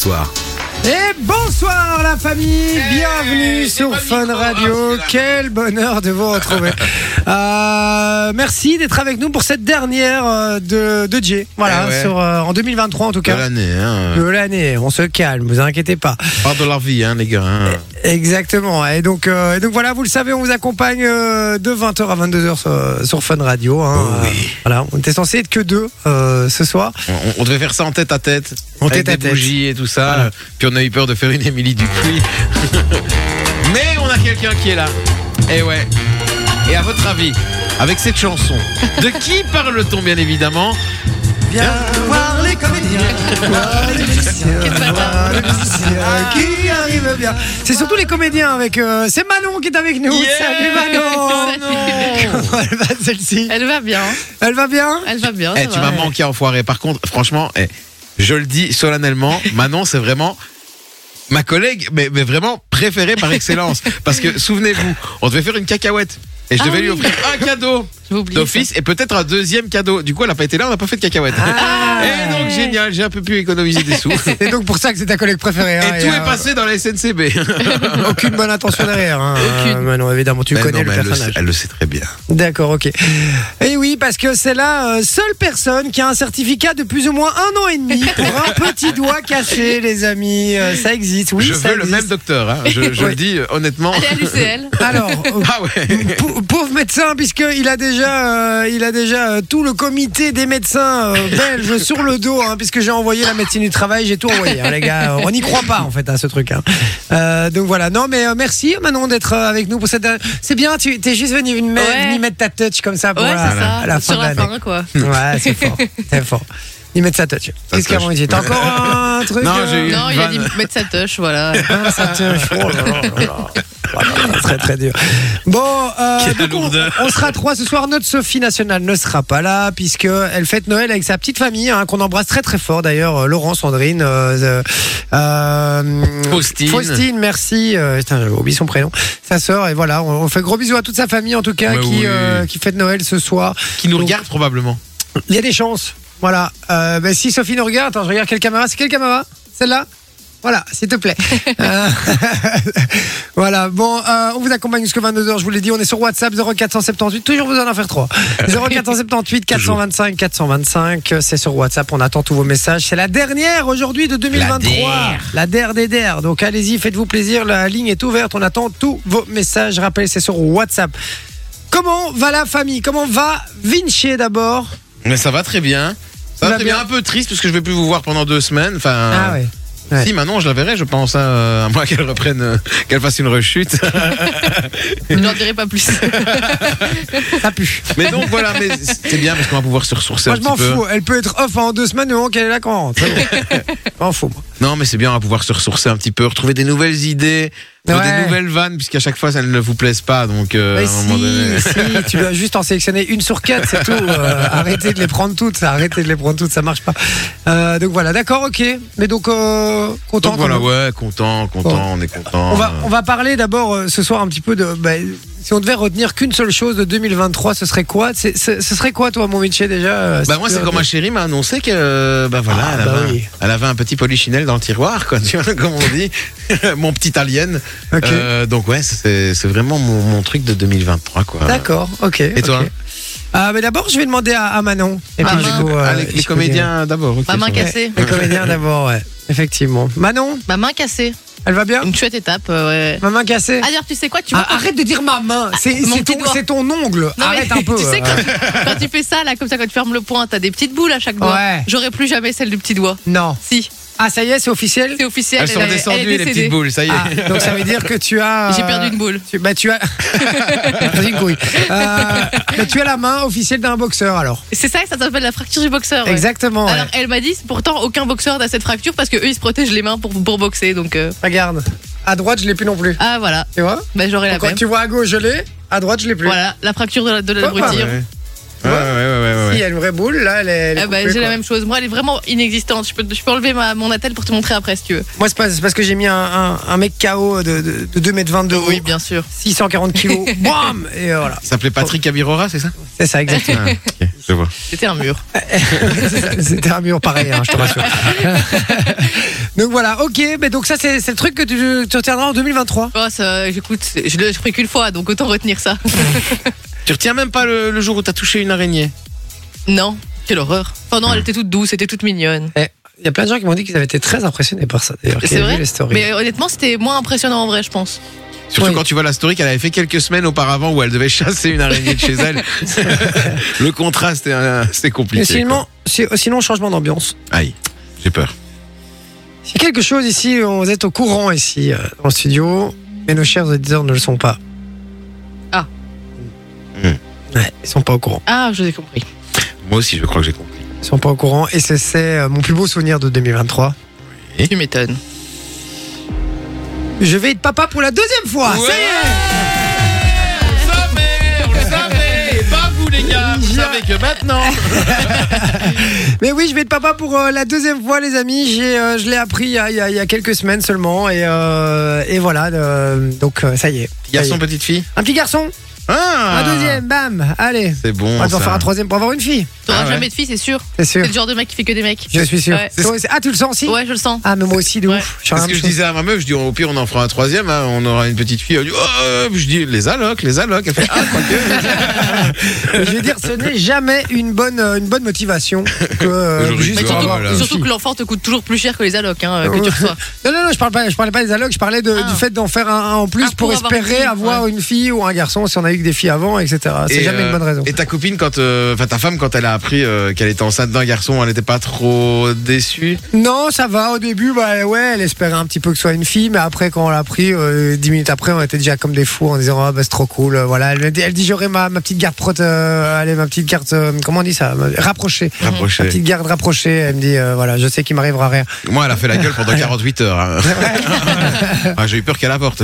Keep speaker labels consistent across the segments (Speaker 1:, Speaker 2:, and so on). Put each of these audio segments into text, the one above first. Speaker 1: Soir.
Speaker 2: Et bonsoir la famille, bienvenue
Speaker 3: Eh, j'ai
Speaker 2: sur
Speaker 3: pas de
Speaker 2: Fun
Speaker 3: micro.
Speaker 2: Radio.
Speaker 3: Ah, c'est
Speaker 2: Quel bonheur de vous retrouver. Euh, merci d'être avec nous pour cette dernière euh, de, de Jay. Voilà,
Speaker 3: Eh ouais.
Speaker 2: sur, euh, en 2023 en tout
Speaker 3: de
Speaker 2: cas.
Speaker 3: l'année.
Speaker 2: De
Speaker 3: Hein.
Speaker 2: l'année, on se calme, vous inquiétez pas.
Speaker 3: Part de la vie, hein, les gars. hein.
Speaker 2: Euh. Exactement. Et donc, euh, et donc voilà, vous le savez, on vous accompagne euh, de 20h à 22h sur, sur Fun Radio. hein.
Speaker 3: Oh oui.
Speaker 2: Euh, voilà, on était censé être que deux euh, ce soir.
Speaker 3: On, on devait faire ça en tête à tête.
Speaker 2: En
Speaker 3: avec
Speaker 2: tête à
Speaker 3: des
Speaker 2: tête.
Speaker 3: bougies et tout ça.
Speaker 2: Voilà.
Speaker 3: Euh, Puis on a eu peur de faire une Émilie Dupuis. Mais on a quelqu'un qui est là. Et ouais. Et à votre avis, avec cette chanson, de qui parle-t-on bien évidemment
Speaker 2: Viens voir les comédiens, voir les musiciens, voir les musiciens qui arrivent bien. C'est surtout les comédiens avec. euh, c'est Manon qui est avec nous.
Speaker 3: Yeah
Speaker 2: Salut Manon. Comment elle va celle-ci
Speaker 4: Elle va bien,
Speaker 2: Elle va bien
Speaker 4: elle va bien.
Speaker 2: Ah,
Speaker 3: Eh,
Speaker 4: ça
Speaker 3: tu
Speaker 4: va.
Speaker 3: m'as manqué enfoiré. Par contre, franchement, eh, je le dis solennellement, Manon, c'est vraiment ma collègue, mais, mais vraiment préférée par excellence. Parce que souvenez-vous, on devait faire une cacahuète. Et je
Speaker 4: Ah
Speaker 3: devais lui
Speaker 4: oui.
Speaker 3: offrir un cadeau
Speaker 4: J'ai oublié
Speaker 3: d'office et peut-être un deuxième cadeau. Du coup, elle n'a pas été là, on n'a pas fait de cacahuète.
Speaker 2: Ah.
Speaker 3: Et donc, génial, j'ai un peu pu économiser des sous. Et
Speaker 2: C'est donc pour ça que c'est ta collègue préférée. hein,
Speaker 3: tout
Speaker 2: et, euh,
Speaker 3: est passé dans la SNCB.
Speaker 2: Aucune bonne intention derrière. hein,
Speaker 4: Aucune.
Speaker 2: euh, Manon, évidemment, tu
Speaker 3: Mais
Speaker 2: connais
Speaker 3: Ben non, mais
Speaker 2: le
Speaker 3: elle, le sait,
Speaker 2: personnage.
Speaker 3: elle le sait très bien.
Speaker 2: D'accord, ok. Et oui, parce que c'est la euh, seule personne qui a un certificat de plus ou moins un an et demi pour un petit doigt cassé, les amis. Euh, ça existe, oui.
Speaker 3: je
Speaker 2: ça
Speaker 3: veux le
Speaker 2: existe.
Speaker 3: même docteur, hein. je, je
Speaker 2: Oui.
Speaker 3: le dis euh, honnêtement.
Speaker 4: ça. Elle est à l'UCL.
Speaker 2: Alors, euh,
Speaker 3: Ah ouais.
Speaker 2: Pau- Pauvre médecin, puisqu'il a déjà, euh, il a déjà euh, tout le comité des médecins euh, belges sur le dos, hein, puisque j'ai envoyé la médecine du travail, j'ai tout envoyé, hein, les gars. On n'y croit pas, en fait, à ce truc. hein. Euh, donc voilà, non, mais euh, merci Manon d'être euh, avec nous pour cette. dernière- C'est bien, tu es juste venu me-
Speaker 4: Ouais.
Speaker 2: venir mettre ta touch comme ça pour
Speaker 4: Ouais,
Speaker 2: la,
Speaker 4: c'est ça.
Speaker 2: à la fin
Speaker 4: Sur
Speaker 2: de
Speaker 4: la
Speaker 2: l'année.
Speaker 4: fin, quoi.
Speaker 2: Ouais, c'est fort, c'est fort. Il met sa touch. Qu'est-ce qu'il y a,
Speaker 3: touch.
Speaker 2: mon Didier T'as encore un truc
Speaker 3: Non,
Speaker 2: euh,
Speaker 3: j'ai eu-
Speaker 4: Non, il a dit mettre sa touche, voilà.
Speaker 2: ah, ça tient. Oh là là là là. Voilà, Très très dur. Bon, euh, donc on, on sera trois ce soir. Notre Sophie nationale ne sera pas là puisque elle fête Noël avec sa petite famille hein, qu'on embrasse très très fort d'ailleurs. euh, Laurent, Sandrine, euh, euh,
Speaker 3: Faustine.
Speaker 2: Faustine, merci. Euh, putain, J'avais oublié son prénom. Sa sœur et voilà. On, on fait gros bisous à toute sa famille en tout cas
Speaker 3: Ouais,
Speaker 2: qui
Speaker 3: Bah oui.
Speaker 2: euh, qui fête Noël ce soir.
Speaker 3: Qui nous
Speaker 2: Donc,
Speaker 3: regarde probablement.
Speaker 2: Il y a des chances. Voilà. Euh, ben, si Sophie nous regarde, attends, je regarde quelle caméra. C'est quelle caméra Celle-là voilà, s'il te plaît. Euh, voilà, bon, euh, on vous accompagne jusqu'à 22h, je vous l'ai dit, on est sur WhatsApp 0478, toujours besoin d'en faire 3. 0478 425 425, c'est sur WhatsApp, on attend tous vos messages. C'est la dernière aujourd'hui de 2023. La der des der. Donc allez-y, faites-vous plaisir, la ligne est ouverte, on attend tous vos messages. Rappelez, c'est sur WhatsApp. Comment va la famille Comment va Vinci d'abord
Speaker 3: Mais ça va très bien.
Speaker 2: Ça
Speaker 3: Ça va
Speaker 2: va
Speaker 3: très bien.
Speaker 2: bien.
Speaker 3: Un peu triste parce que je vais plus vous voir pendant deux semaines. Enfin,
Speaker 2: Ah ouais. ouais.
Speaker 3: si maintenant je la verrai, je pense hein, euh, à moi qu'elle reprenne, euh, qu'elle fasse une rechute.
Speaker 4: Je n'en dirai pas plus.
Speaker 2: Ça pue.
Speaker 3: mais donc voilà, mais c'est bien parce qu'on va pouvoir se ressourcer
Speaker 2: Moi,
Speaker 3: un
Speaker 2: je m'en
Speaker 3: petit peu.
Speaker 2: fous. Elle peut être off en deux semaines, mais qu'elle est là quand on rentre. C'est bon. Je m'en fous. moi.
Speaker 3: Non, mais c'est bien, on va pouvoir se ressourcer un petit peu, retrouver des nouvelles idées, trouver
Speaker 2: Ouais.
Speaker 3: des nouvelles vannes, puisqu'à chaque fois, elles ne vous plaisent pas. Donc euh,
Speaker 2: Mais
Speaker 3: à un moment donné.
Speaker 2: si, si, tu dois juste en sélectionner une sur quatre, c'est tout. Euh, arrêtez de les prendre toutes, ça, arrêtez de les prendre toutes, ça marche pas. Euh, donc voilà, d'accord, ok. Mais donc, euh, content.
Speaker 3: Donc
Speaker 2: quand
Speaker 3: voilà,
Speaker 2: même.
Speaker 3: ouais, content, content, on est content.
Speaker 2: on, va, on va parler d'abord euh, ce soir un petit peu de. bah, si on devait retenir qu'une seule chose de 2023, ce serait quoi C'est- c'est- Ce serait quoi, toi, mon Vinci, déjà euh,
Speaker 3: Bah
Speaker 2: si
Speaker 3: moi
Speaker 2: tu
Speaker 3: c'est
Speaker 2: veux
Speaker 3: quand ma chérie m'a annoncé que euh, bah voilà
Speaker 2: Ah,
Speaker 3: elle,
Speaker 2: bah
Speaker 3: avait, un-
Speaker 2: oui.
Speaker 3: elle avait un petit polichinelle dans le tiroir quoi tu vois comme on dit mon petit alien
Speaker 2: Ok.
Speaker 3: Euh, donc ouais c'est c'est vraiment mon, mon truc de 2023 quoi
Speaker 2: D'accord, ok.
Speaker 3: euh, Et toi
Speaker 2: Ah, mais d'abord, je vais demander à, à Manon. Et
Speaker 4: Ah,
Speaker 2: puis, du
Speaker 4: Manon.
Speaker 2: coup, euh,
Speaker 3: Ah, les, les
Speaker 2: je peux dire.
Speaker 3: comédiens d'abord ok,
Speaker 4: Ma main
Speaker 3: ça va.
Speaker 4: cassée.
Speaker 2: Les comédiens d'abord, ouais. Effectivement. Manon,
Speaker 4: Ma main cassée.
Speaker 2: elle va bien
Speaker 4: Une chouette étape, euh, ouais.
Speaker 2: Ma main cassée
Speaker 4: Ah, d'ailleurs, tu sais quoi tu vois,
Speaker 2: Ah,
Speaker 4: quand-
Speaker 2: Arrête de dire ma main, c'est
Speaker 4: Mon
Speaker 2: c'est
Speaker 4: petit
Speaker 2: ton,
Speaker 4: doigt.
Speaker 2: c'est ton ongle.
Speaker 4: Non, mais
Speaker 2: Arrête un peu.
Speaker 4: Tu sais,
Speaker 2: euh.
Speaker 4: quand tu, quand tu fais ça, là, comme ça, quand tu fermes le point, t'as des petites boules à chaque doigt.
Speaker 2: Ouais.
Speaker 4: J'aurai plus jamais celle du petit doigt.
Speaker 2: Non.
Speaker 4: Si,
Speaker 2: Ah, ça y est, c'est officiel
Speaker 4: c'est officiel.
Speaker 3: elles sont
Speaker 4: elle est- elle est
Speaker 3: descendues les
Speaker 4: décédée.
Speaker 3: petites boules ça y est
Speaker 2: Ah, donc ça veut dire que tu as. euh,
Speaker 4: J'ai perdu une boule.
Speaker 2: Tu, bah, tu as. Vas-y, couille. Euh, mais tu as la main officielle d'un boxeur alors.
Speaker 4: C'est ça, ça s'appelle la fracture du boxeur. ouais.
Speaker 2: Exactement. ouais.
Speaker 4: Alors, elle m'a dit, pourtant, aucun boxeur n'a cette fracture parce que eux, ils se protègent les mains pour, pour boxer. Donc, euh,
Speaker 2: Regarde. À droite, je l'ai plus non plus.
Speaker 4: ah voilà,
Speaker 2: Tu vois
Speaker 4: bah, j'aurai la
Speaker 2: Donc, Quand
Speaker 4: même.
Speaker 2: tu vois à gauche, je l'ai. À droite, je l'ai plus.
Speaker 4: Voilà, la fracture de la, de
Speaker 2: Pas
Speaker 4: la
Speaker 2: mal.
Speaker 3: ouais.
Speaker 4: brutille.
Speaker 3: ouais ouais ouais ouais, ouais,
Speaker 2: Si, il y a une vraie boule, là, elle est. elle est
Speaker 4: Ah bah,
Speaker 2: coupée,
Speaker 4: j'ai la
Speaker 2: quoi.
Speaker 4: même chose. Moi, elle est vraiment inexistante. Je peux, je peux enlever ma, mon attelle pour te montrer après si tu veux.
Speaker 2: Moi, c'est pas- c'est parce que j'ai mis un, un- un mec KO de, de, de 2m22 haut,
Speaker 4: Oui, bien sûr.
Speaker 2: 640 kilos, bam Et euh, voilà,
Speaker 3: Il s'appelait Patrick Abirora c'est ça
Speaker 2: c'est ça, exactement.
Speaker 3: Ah, ok. Je vois.
Speaker 4: C'était un mur.
Speaker 2: C'était un mur pareil, hein, je te rassure. donc voilà, ok, mais donc ça c'est c'est le truc que tu, tu retiendras en 2023.
Speaker 4: Oh, ça, j'écoute, je le je ferai qu'une fois, donc autant retenir ça.
Speaker 3: Tu retiens même pas le, le jour où t'as touché une araignée.
Speaker 4: non, quelle horreur. Enfin non, elle était toute douce, elle était toute mignonne.
Speaker 2: Il y a plein de gens qui m'ont dit qu'ils avaient été très impressionnés par ça d'ailleurs. qui
Speaker 4: C'est
Speaker 2: avaient
Speaker 4: vrai
Speaker 2: vu les stories.
Speaker 4: Mais euh, honnêtement, c'était moins impressionnant en vrai, je pense.
Speaker 3: Surtout
Speaker 2: Oui.
Speaker 3: quand tu vois la story qu'elle avait fait quelques semaines auparavant où elle devait chasser une araignée de chez elle. le contraste, est, euh, c'est compliqué.
Speaker 2: Mais sinon, si- sinon, changement d'ambiance.
Speaker 3: quoi. Aïe, j'ai peur.
Speaker 2: Si quelque chose ici, on vous êtes au courant ici, euh, dans le studio, mais nos chers auditeurs ne le sont pas.
Speaker 4: Ah.
Speaker 3: Hmm.
Speaker 2: Ouais, ils sont pas au courant.
Speaker 4: Ah, je vous ai compris.
Speaker 3: Moi aussi, je crois que j'ai compris.
Speaker 2: Ils sont pas au courant. Et c'est- c'est euh, mon plus beau souvenir de 2023.
Speaker 4: Tu m'étonnes.
Speaker 2: Je vais être papa pour la deuxième fois. ça y est
Speaker 3: On le savait, on le savait. Pas vous les gars, vous savez que maintenant.
Speaker 2: Mais oui, je vais être papa pour euh, la deuxième fois, les amis. J'ai, euh, je l'ai appris il y, a, il y a- il y a quelques semaines seulement, et, euh, et voilà. euh, donc euh, ça y est. Ça y
Speaker 3: Garçon,
Speaker 2: est.
Speaker 3: petite fille.
Speaker 2: Un petit garçon,
Speaker 3: Ah,
Speaker 2: un deuxième, bam. Allez,
Speaker 3: C'est bon.
Speaker 2: on va devoir
Speaker 3: ça.
Speaker 2: faire un troisième pour avoir une fille.
Speaker 4: T'auras
Speaker 3: Ah ouais.
Speaker 4: jamais de fille, c'est sûr.
Speaker 2: C'est sûr.
Speaker 4: C'est le genre de mec qui fait que des mecs.
Speaker 2: Je suis sûr.
Speaker 4: Ouais.
Speaker 2: Toi aussi- Ah, tu le sens aussi
Speaker 4: Ouais, je le sens.
Speaker 2: Ah, mais moi aussi, de
Speaker 4: Ouais.
Speaker 2: ouf. Je suis
Speaker 3: C'est
Speaker 2: la
Speaker 3: ce que
Speaker 2: même
Speaker 3: je
Speaker 2: chose.
Speaker 3: disais à ma meuf, je dis au pire on en fera un troisième, hein, on aura une petite fille. Elle dit, oh, je dis les allocs, les allocs. Elle fait ah,
Speaker 2: Je veux dire, ce n'est jamais une bonne, euh, une bonne motivation que euh,
Speaker 3: Aujourd'hui,
Speaker 2: juste
Speaker 4: Mais
Speaker 3: Ah,
Speaker 4: surtout,
Speaker 2: avoir
Speaker 3: voilà.
Speaker 2: une
Speaker 4: surtout
Speaker 2: fille.
Speaker 4: que l'enfant te coûte toujours plus cher que les allocs hein, que
Speaker 2: Ouais.
Speaker 4: tu reçois.
Speaker 2: Non, non, non, je, parle pas, je parlais pas des allocs, je parlais de-
Speaker 4: Ah.
Speaker 2: du fait d'en faire un, un en plus
Speaker 4: Ah,
Speaker 2: pour,
Speaker 4: pour avoir une
Speaker 2: espérer
Speaker 4: fille,
Speaker 2: avoir une fille ou un garçon si on a eu que des filles avant, etc. C'est
Speaker 3: Et,
Speaker 2: jamais une
Speaker 3: euh,
Speaker 2: bonne raison.
Speaker 3: Et ta copine, quand, euh, enfin ta femme, quand elle a appris euh, qu'elle était enceinte d'un garçon, elle n'était pas trop déçue.
Speaker 2: Non, ça va. Au début, bah ouais, elle espérait un petit peu que ce soit une fille, mais après, quand on l'a pris, euh, dix minutes après, on était déjà comme des fous en disant ah bah c'est trop cool, euh, voilà. Elle, me dit- elle dit j'aurai ma, ma petite garde prot, euh, allez ma petite garde, euh, comment on dit ça, Ma- rapprochée, ma
Speaker 3: Rapprochée.
Speaker 2: petite garde rapprochée. Elle me dit euh, voilà, je sais qu'il m'arrivera rien.
Speaker 3: Moi, elle a fait la gueule pendant 48 heures. hein. Ah, J'ai eu peur qu'elle apporte.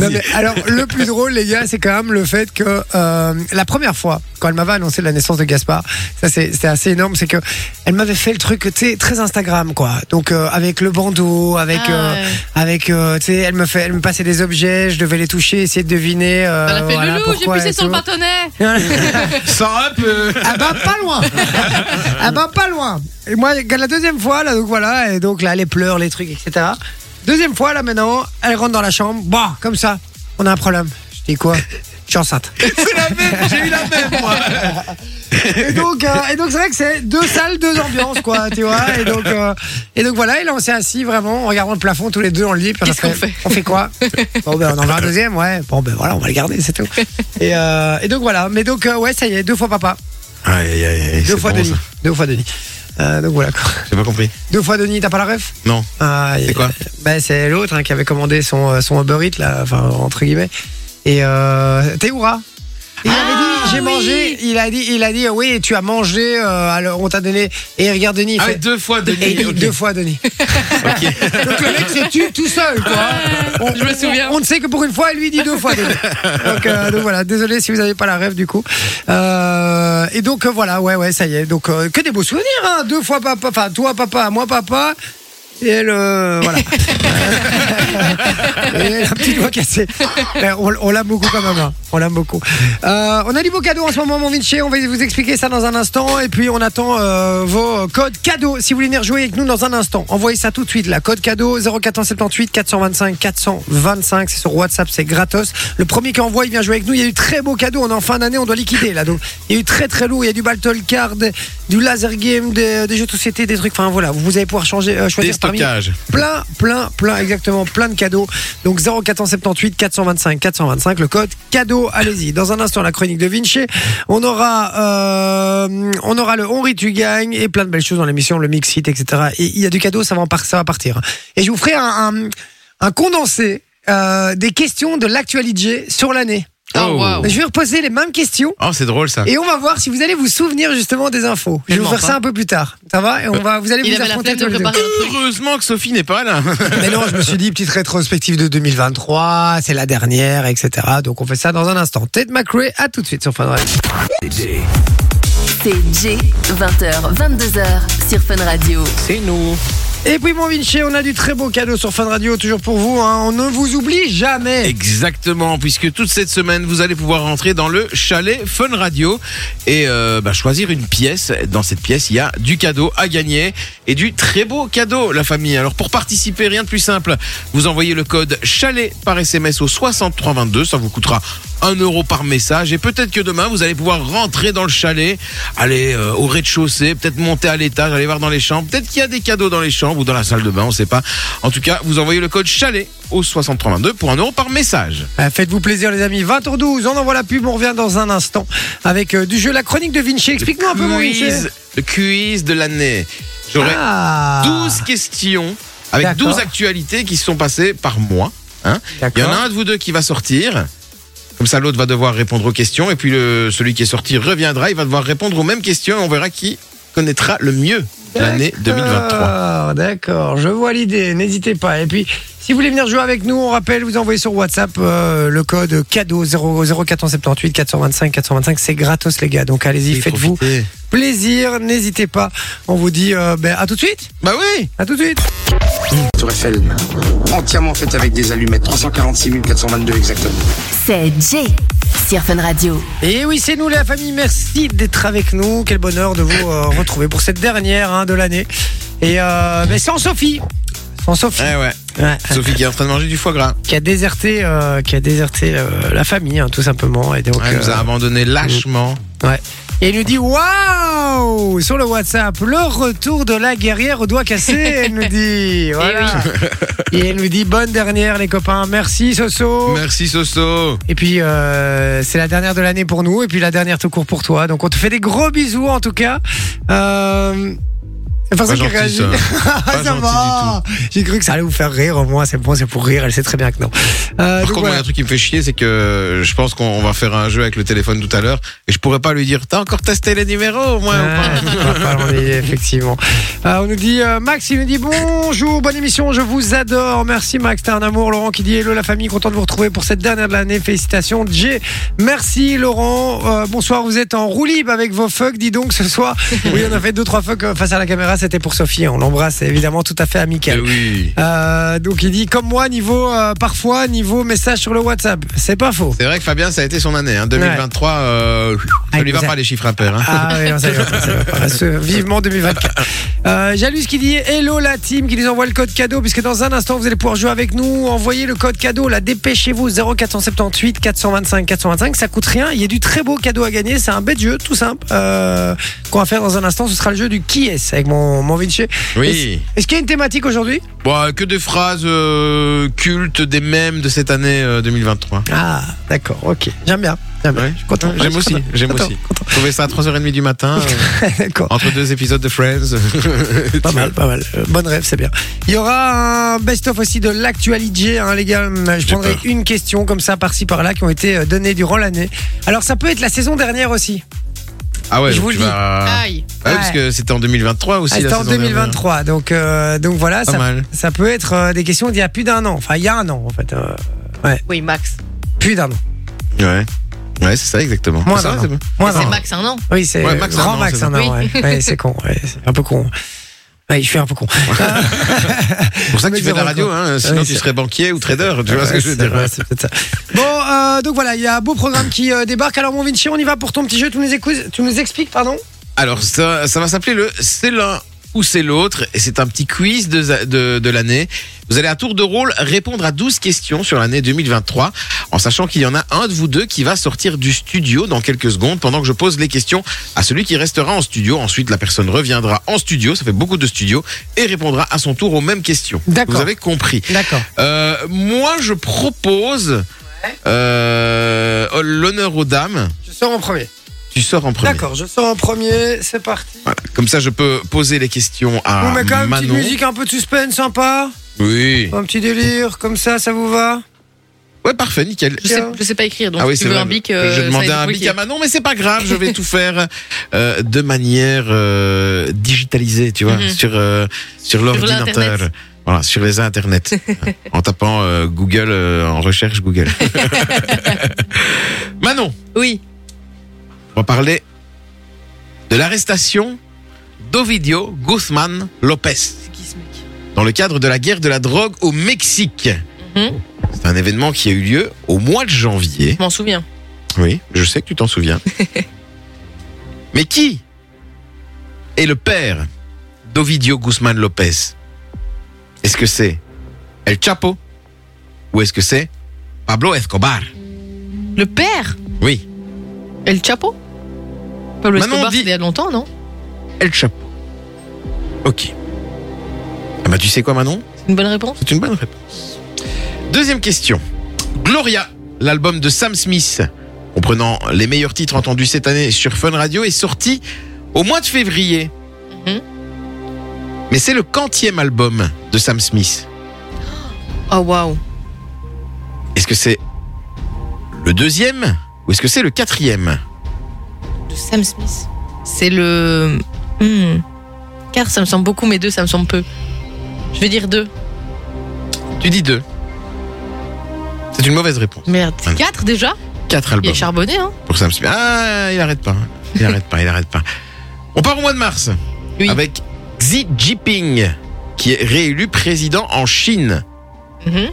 Speaker 2: Non, mais alors le plus drôle, les gars, c'est quand même le fait que euh, la première fois, quand elle m'avait annoncé la naissance de Gaspard, ça c'est- c'était assez énorme, c'est que elle m'avait fait le truc, tu sais, très Instagram quoi. Donc euh, avec le bandeau, avec
Speaker 4: Ah,
Speaker 2: euh,
Speaker 4: ouais.
Speaker 2: avec euh, tu sais elle me fait elle me passait des objets je devais les toucher essayer de deviner euh,
Speaker 4: Bah, Elle a fait
Speaker 2: voilà,
Speaker 4: Loulou, j'ai
Speaker 2: pourquoi
Speaker 4: pissé
Speaker 2: et
Speaker 4: sur le
Speaker 2: tout.
Speaker 4: bâtonnet.
Speaker 3: Sans up. euh,
Speaker 2: ah bah pas loin ah bah pas loin et moi la deuxième fois là donc voilà et donc là les pleurs les trucs etc deuxième fois là maintenant elle rentre dans la chambre bah comme ça on a un problème je dis quoi je suis enceinte
Speaker 3: C'est la même. J'ai eu la même moi.
Speaker 2: et donc euh, et donc c'est vrai que c'est deux salles deux ambiances quoi tu vois et donc euh, et donc voilà et là on s'est assis vraiment en regardant le plafond tous les deux dans le lit puis on a
Speaker 4: Qu'est-ce qu'on fait
Speaker 2: on fait quoi bon ben on en veut un deuxième ouais bon ben voilà on va le garder c'est tout et, euh, et donc voilà mais donc euh, ouais ça y est deux fois papa
Speaker 3: Aïe, aïe, aïe,
Speaker 2: deux
Speaker 3: c'est
Speaker 2: fois
Speaker 3: bon,
Speaker 2: Denis
Speaker 3: ça.
Speaker 2: deux fois Denis Euh, donc voilà quoi.
Speaker 3: J'ai pas compris.
Speaker 2: deux fois Denis t'as pas la ref
Speaker 3: Non.
Speaker 2: Ah,
Speaker 3: C'est
Speaker 2: et-
Speaker 3: quoi
Speaker 2: ben, c'est l'autre hein, qui avait commandé son euh, son Uber Eats là enfin entre guillemets et euh, Théoura il avait dit j'ai
Speaker 4: oui.
Speaker 2: mangé il a dit il a dit euh, oui tu as mangé euh, alors on t'a donné et regarde Denis il
Speaker 3: Ah,
Speaker 2: fait-
Speaker 3: ouais, deux fois
Speaker 2: et
Speaker 3: Denis.
Speaker 2: il-
Speaker 3: ok.
Speaker 2: deux fois Denis
Speaker 3: Ok.
Speaker 2: donc le mec se tue tout seul, quoi. On,
Speaker 4: je me souviens.
Speaker 2: On, on ne sait que pour une fois, et lui il dit deux fois. Denis. donc, euh, donc voilà, désolé si vous n'avez pas la rêve du coup. Euh, et donc euh, voilà, ouais, ouais, ça y est. Donc euh, que des beaux souvenirs, hein. Deux fois papa, enfin toi papa, moi papa. Et elle, euh, voilà. et la petite voix cassée. Mais Ben, on on l'aime beaucoup quand même. hein. On l'aime beaucoup. Euh, on a des beaux cadeaux en ce moment, mon Vinci. On va vous expliquer ça dans un instant. Et puis, on attend euh, vos codes cadeaux. Si vous voulez venir jouer avec nous dans un instant, envoyez ça tout de suite. La code cadeau 0478 425 425. C'est sur WhatsApp, c'est gratos. Le premier qui envoie, il vient jouer avec nous. Il y a eu très beaux cadeaux. On est en fin d'année, on doit liquider là. Donc, il y a eu très très lourd. Il y a du Battle Card, du Laser Game, des, des jeux de société, des trucs. Enfin voilà, vous allez pouvoir changer, euh,
Speaker 3: Des
Speaker 2: choisir parmi
Speaker 3: stockages.
Speaker 2: plein, plein, plein, exactement, plein de cadeaux. Donc 0478 425 425, le code cadeau. Allez-y. Dans un instant, la chronique de Vinci. On aura, euh, on aura le On rit, tu gagnes et plein de belles choses dans l'émission, le mix hit, etc. Et il y a du cadeau, ça va, en par- ça va partir. Et je vous ferai un, un, un condensé euh, des questions de l'actualité sur l'année.
Speaker 4: Ah,
Speaker 3: Oh.
Speaker 4: waouh.
Speaker 2: Je vais reposer les mêmes questions.
Speaker 3: Oh, c'est drôle ça.
Speaker 2: Et on va voir si vous allez vous souvenir justement des infos. Je vais vous
Speaker 4: Tellement
Speaker 2: faire ça
Speaker 4: pas. Euh,
Speaker 2: un peu plus tard. Ça va Et on va, vous allez
Speaker 4: Il
Speaker 2: vous
Speaker 4: avait la
Speaker 2: affronter
Speaker 4: flemme de
Speaker 2: tous les deux.
Speaker 4: préparer un truc.
Speaker 3: Heureusement que Sophie n'est pas là.
Speaker 2: Mais non, je me suis dit, petite rétrospective de 2023, c'est la dernière, etc. Donc on fait ça dans un instant. Ted McRae, à tout de suite sur Fun Radio.
Speaker 1: C'est J, 20h, 22h sur Fun Radio.
Speaker 5: C'est nous.
Speaker 2: Et puis, mon Vinci, on a du très beau cadeau sur Fun Radio, toujours pour vous. hein. On ne vous oublie jamais.
Speaker 3: Exactement, puisque toute cette semaine, vous allez pouvoir rentrer dans le chalet Fun Radio et euh, bah, choisir une pièce. Dans cette pièce, il y a du cadeau à gagner et du très beau cadeau, la famille. Alors pour participer, rien de plus simple, vous envoyez le code chalet par SMS au 6322, ça vous coûtera 1 euro par message et peut-être que demain, vous allez pouvoir rentrer dans le chalet, aller euh, au rez-de-chaussée, peut-être monter à l'étage, aller voir dans les chambres, peut-être qu'il y a des cadeaux dans les chambres ou dans la salle de bain, on sait pas. En tout cas, vous envoyez le code chalet au 6322 pour 1 euro par message.
Speaker 2: Euh, Faites-vous plaisir, les amis. 20h12, on envoie la pub, on revient dans un instant avec euh, du jeu La chronique de Vinci. Explique-moi un peu, mon Vinci.
Speaker 3: quiz, le quiz de l'année. J'aurai
Speaker 2: Ah.
Speaker 3: 12 questions avec
Speaker 2: D'accord.
Speaker 3: 12 actualités qui se sont passées par mois. hein. Il y en
Speaker 2: D'accord.
Speaker 3: a un de vous deux qui va sortir. Comme ça, l'autre va devoir répondre aux questions. Et puis, le- celui qui est sorti reviendra. Il va devoir répondre aux mêmes questions. Et on verra qui connaîtra le mieux l'année 2023.
Speaker 2: D'accord, D'accord, je vois l'idée, n'hésitez pas. Et puis, si vous voulez venir jouer avec nous, on rappelle, vous envoyez sur WhatsApp euh, le code cadeau 0 0478 425 425, c'est gratos les gars, donc allez-y,
Speaker 3: Oui,
Speaker 2: faites-vous
Speaker 3: profitez.
Speaker 2: plaisir, n'hésitez pas. On vous dit euh, ben, à tout de suite,
Speaker 3: Bah oui
Speaker 2: à tout de suite.
Speaker 1: Tour Eiffel, entièrement faite avec des allumettes, 346 422 exactement.
Speaker 5: C'est Jay sur Fun Radio.
Speaker 2: Et oui, c'est nous la famille, merci d'être avec nous, quel bonheur de vous euh, retrouver pour cette dernière hein, de l'année. Et euh, mais sans Sophie, sans Sophie.
Speaker 3: Eh ouais.
Speaker 2: Ouais.
Speaker 3: Sophie qui est en train de manger du foie gras.
Speaker 2: qui a déserté, euh, qui a déserté euh, la famille, hein, tout simplement. Et donc,
Speaker 3: Elle nous a
Speaker 2: euh,
Speaker 3: abandonné lâchement.
Speaker 2: ouais. Et il nous dit waouh sur le WhatsApp, le retour de la guerrière aux doigts cassés. Elle nous dit
Speaker 3: Eh
Speaker 2: voilà.
Speaker 3: ben.
Speaker 2: Et elle nous dit bonne dernière les copains, merci Soso.
Speaker 3: Oh. Merci Soso.
Speaker 2: Et puis euh, c'est la dernière de l'année pour nous et puis la dernière tout court pour toi. Donc on te fait des gros bisous en tout cas. Euh... C'est pas ça
Speaker 3: Pas
Speaker 2: qui
Speaker 3: gentil,
Speaker 2: réagit. Ah,
Speaker 3: ça. Pas
Speaker 2: ça
Speaker 3: gentil
Speaker 2: va. J'ai cru que ça allait vous faire rire au moins. C'est bon, c'est pour rire. Elle sait très bien que non. Euh,
Speaker 3: Par
Speaker 2: donc
Speaker 3: contre, moi, il y
Speaker 2: voilà.
Speaker 3: a un truc qui me fait chier, c'est que je pense qu'on va faire un jeu avec le téléphone tout à l'heure et je pourrais pas lui dire T'as encore testé les numéros au moins ou pas
Speaker 2: Ah, on va pas l'ennuyer, effectivement. Euh, on nous dit euh, Max, il nous dit bonjour, bonne émission, je vous adore. Merci Max, t'es un amour. Laurent qui dit hello la famille, content de vous retrouver pour cette dernière de l'année. Félicitations. Jay, merci Laurent. Euh, bonsoir, vous êtes en roue libre avec vos fucks, dis donc ce soir. Oui, on a fait deux trois fucks euh, face à la caméra, c'était pour Sophie. On l'embrasse évidemment tout à fait
Speaker 3: Eh
Speaker 2: amical.
Speaker 3: oui.
Speaker 2: Euh, donc il dit comme moi niveau euh, parfois niveau message sur le WhatsApp, c'est pas faux.
Speaker 3: C'est vrai que Fabien, ça a été son année. Hein. 2023, euh, ça
Speaker 2: Ah,
Speaker 3: lui va
Speaker 2: ça-
Speaker 3: pas les chiffres impairs. Hein.
Speaker 2: Ah oui, non, ça y est, ça y est. Ah, ce- Vivement 2024. Euh, Jalus qui dit Hello la team, qui nous envoie le code cadeau, puisque dans un instant vous allez pouvoir jouer avec nous. Envoyez le code cadeau, là, dépêchez-vous 0478 425 425. Ça coûte rien. Il y a du très beau cadeau à gagner. C'est un bête jeu, tout simple. Euh, Qu'on va faire dans un instant, ce sera le jeu du qui est avec mon, mon Vinci.
Speaker 3: Oui.
Speaker 2: Est-ce qu'il y a une thématique aujourd'hui
Speaker 3: Bon, que des phrases euh, cultes des mêmes de cette année euh, 2023.
Speaker 2: Ah, d'accord, ok. J'aime bien. J'aime bien.
Speaker 3: Ouais.
Speaker 2: Je suis content.
Speaker 3: J'aime
Speaker 2: Je suis
Speaker 3: aussi,
Speaker 2: content.
Speaker 3: j'aime
Speaker 2: Content,
Speaker 3: aussi. Trouver ça à 3h30 du matin, euh,
Speaker 2: content. D'accord.
Speaker 3: entre deux épisodes de Friends.
Speaker 2: Pas mal, pas mal. Euh, bonne rêve, c'est bien. Il y aura un best-of aussi de l'actualité, hein, les gars. Hum, Je prendrai
Speaker 3: peur.
Speaker 2: une question comme ça, par-ci, par-là, qui ont été euh, données durant l'année. Alors, ça peut être la saison dernière aussi.
Speaker 3: Ah ouais,
Speaker 2: Je
Speaker 3: donc
Speaker 2: vous
Speaker 3: tu
Speaker 2: le dis.
Speaker 3: vas-
Speaker 4: Aïe.
Speaker 3: Ah oui, parce
Speaker 2: Ouais.
Speaker 3: que c'était en 2023 aussi.
Speaker 2: Ah,
Speaker 3: la
Speaker 2: C'était en
Speaker 3: saison dernière.
Speaker 2: 2023. Donc, euh, donc voilà,
Speaker 3: Pas
Speaker 2: ça,
Speaker 3: mal.
Speaker 2: ça peut être euh, des questions d'il y a plus d'un an. Enfin, il y a un an, en fait. euh,
Speaker 4: Oui, Max.
Speaker 2: plus d'un an.
Speaker 3: Ouais. Ouais, c'est ça exactement.
Speaker 2: Moins
Speaker 3: Ça
Speaker 2: d'un
Speaker 3: va,
Speaker 2: an.
Speaker 3: c'est bon.
Speaker 2: Moins d'un
Speaker 4: C'est
Speaker 2: an.
Speaker 4: Max hein, un an.
Speaker 2: Oui, c'est
Speaker 3: Ouais, Max, un
Speaker 2: grand
Speaker 3: an,
Speaker 2: Max
Speaker 3: c'est
Speaker 2: un
Speaker 4: ça.
Speaker 2: an.
Speaker 4: Oui.
Speaker 2: Ouais, Ouais, c'est con. ouais, c'est un peu con. Ouais, je suis un peu con.
Speaker 3: C'est pour ça que tu fais de la
Speaker 2: Zéro,
Speaker 3: radio,
Speaker 2: quoi.
Speaker 3: hein, sinon
Speaker 2: Oui,
Speaker 3: tu
Speaker 2: c'est-
Speaker 3: serais banquier ou trader, tu vois ce que je veux
Speaker 2: Ouais, c'est
Speaker 3: dire.
Speaker 2: vrai, c'est peut-être ça. Bon, euh, donc voilà, il y a un beau programme qui euh, débarque. Alors, mon Vinci, on y va pour ton petit jeu. Tu nous, écoutes- tu nous expliques, pardon
Speaker 3: Alors, ça, ça va s'appeler le C'est l'un ou c'est l'autre. Et c'est un petit quiz de, de, de l'année. Vous allez à tour de rôle répondre à 12 questions sur l'année 2023, en sachant qu'il y en a un de vous deux qui va sortir du studio dans quelques secondes, pendant que je pose les questions à celui qui restera en studio. Ensuite, la personne reviendra en studio, ça fait beaucoup de studios, et répondra à son tour aux mêmes questions.
Speaker 2: D'accord.
Speaker 3: Vous avez compris.
Speaker 2: D'accord.
Speaker 3: Euh, moi, je propose euh, l'honneur aux dames.
Speaker 2: Je sors en premier.
Speaker 3: Tu sors en premier.
Speaker 2: D'accord, je sors en premier. C'est parti.
Speaker 3: Voilà. Comme ça, je peux poser les questions à
Speaker 2: on met quand même une petite
Speaker 3: Ah, Manon.
Speaker 2: musique, un peu de suspense sympa.
Speaker 3: Oui.
Speaker 2: Un petit délire, comme ça, ça vous va
Speaker 3: Ouais, parfait, nickel.
Speaker 4: Je sais, je sais pas écrire, donc
Speaker 3: ah oui,
Speaker 4: si
Speaker 3: c'est
Speaker 4: tu veux
Speaker 3: vrai.
Speaker 4: un bic. euh,
Speaker 3: je
Speaker 4: ça va
Speaker 3: demandais
Speaker 4: être
Speaker 3: un bic
Speaker 4: compliqué.
Speaker 3: à Manon, mais c'est pas grave. Je vais tout faire euh, de manière euh, digitalisée, tu vois,
Speaker 4: Mhm.
Speaker 3: sur euh, sur l'ordinateur.
Speaker 4: l'Internet.
Speaker 3: Voilà, sur les internets. en tapant euh, Google euh, en recherche Google. Manon,
Speaker 4: Oui.
Speaker 3: on va parler de l'arrestation d'Ovidio Guzman Lopez.
Speaker 4: C'est qui ce mec
Speaker 3: dans le cadre de la guerre de la drogue au Mexique.
Speaker 4: Mhm.
Speaker 3: C'est un événement qui a eu lieu au mois de janvier.
Speaker 4: Je m'en souviens.
Speaker 3: Oui, je sais que tu t'en souviens. Mais qui est le père d'Ovidio Guzman Lopez Est-ce que c'est El Chapo Ou est-ce que c'est Pablo Escobar
Speaker 4: Le père
Speaker 3: Oui,
Speaker 4: El Chapo Pablo
Speaker 3: Maman
Speaker 4: Escobar,
Speaker 3: dit-
Speaker 4: c'était il y a longtemps, non
Speaker 3: El Chapo. Ok. Ah bah tu sais quoi Manon
Speaker 4: C'est une bonne réponse
Speaker 3: C'est une bonne réponse. Deuxième question. Gloria, l'album de Sam Smith, comprenant les meilleurs titres entendus cette année sur Fun Radio, est sorti au mois de février.
Speaker 4: Mhm.
Speaker 3: Mais c'est le quantième album de Sam Smith.
Speaker 4: Oh, waouh.
Speaker 3: Est-ce que c'est le deuxième ou est-ce que c'est le quatrième
Speaker 4: De Sam Smith. C'est le. Hmm. Car ça me semble beaucoup, mais deux, ça me semble peu. Je vais dire deux.
Speaker 3: Tu dis deux. C'est une mauvaise réponse.
Speaker 4: Merde,
Speaker 3: Ah.
Speaker 4: c'est quatre déjà
Speaker 3: Quatre
Speaker 4: Il est
Speaker 3: albums
Speaker 4: charbonné, hein
Speaker 3: pour Sam Smith. Ah, il arrête pas. Il arrête pas, il arrête pas. On part au mois de mars.
Speaker 4: Oui.
Speaker 3: avec Xi Jinping, qui est réélu président en Chine.
Speaker 4: Mhm.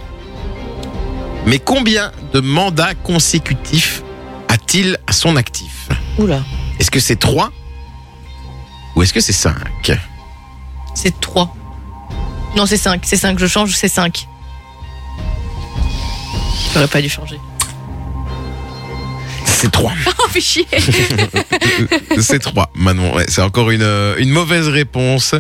Speaker 3: Mais combien de mandats consécutifs a-t-il à son actif
Speaker 4: Oula.
Speaker 3: Est-ce que c'est 3 ou est-ce que c'est 5
Speaker 4: C'est 3. Non, c'est 5. C'est 5. Je change, c'est 5. J'aurais pas dû changer.
Speaker 3: C'est 3.
Speaker 4: Oh, fais chier
Speaker 3: Euh, c'est 3, Manon. Ouais, c'est encore une, euh, une mauvaise réponse.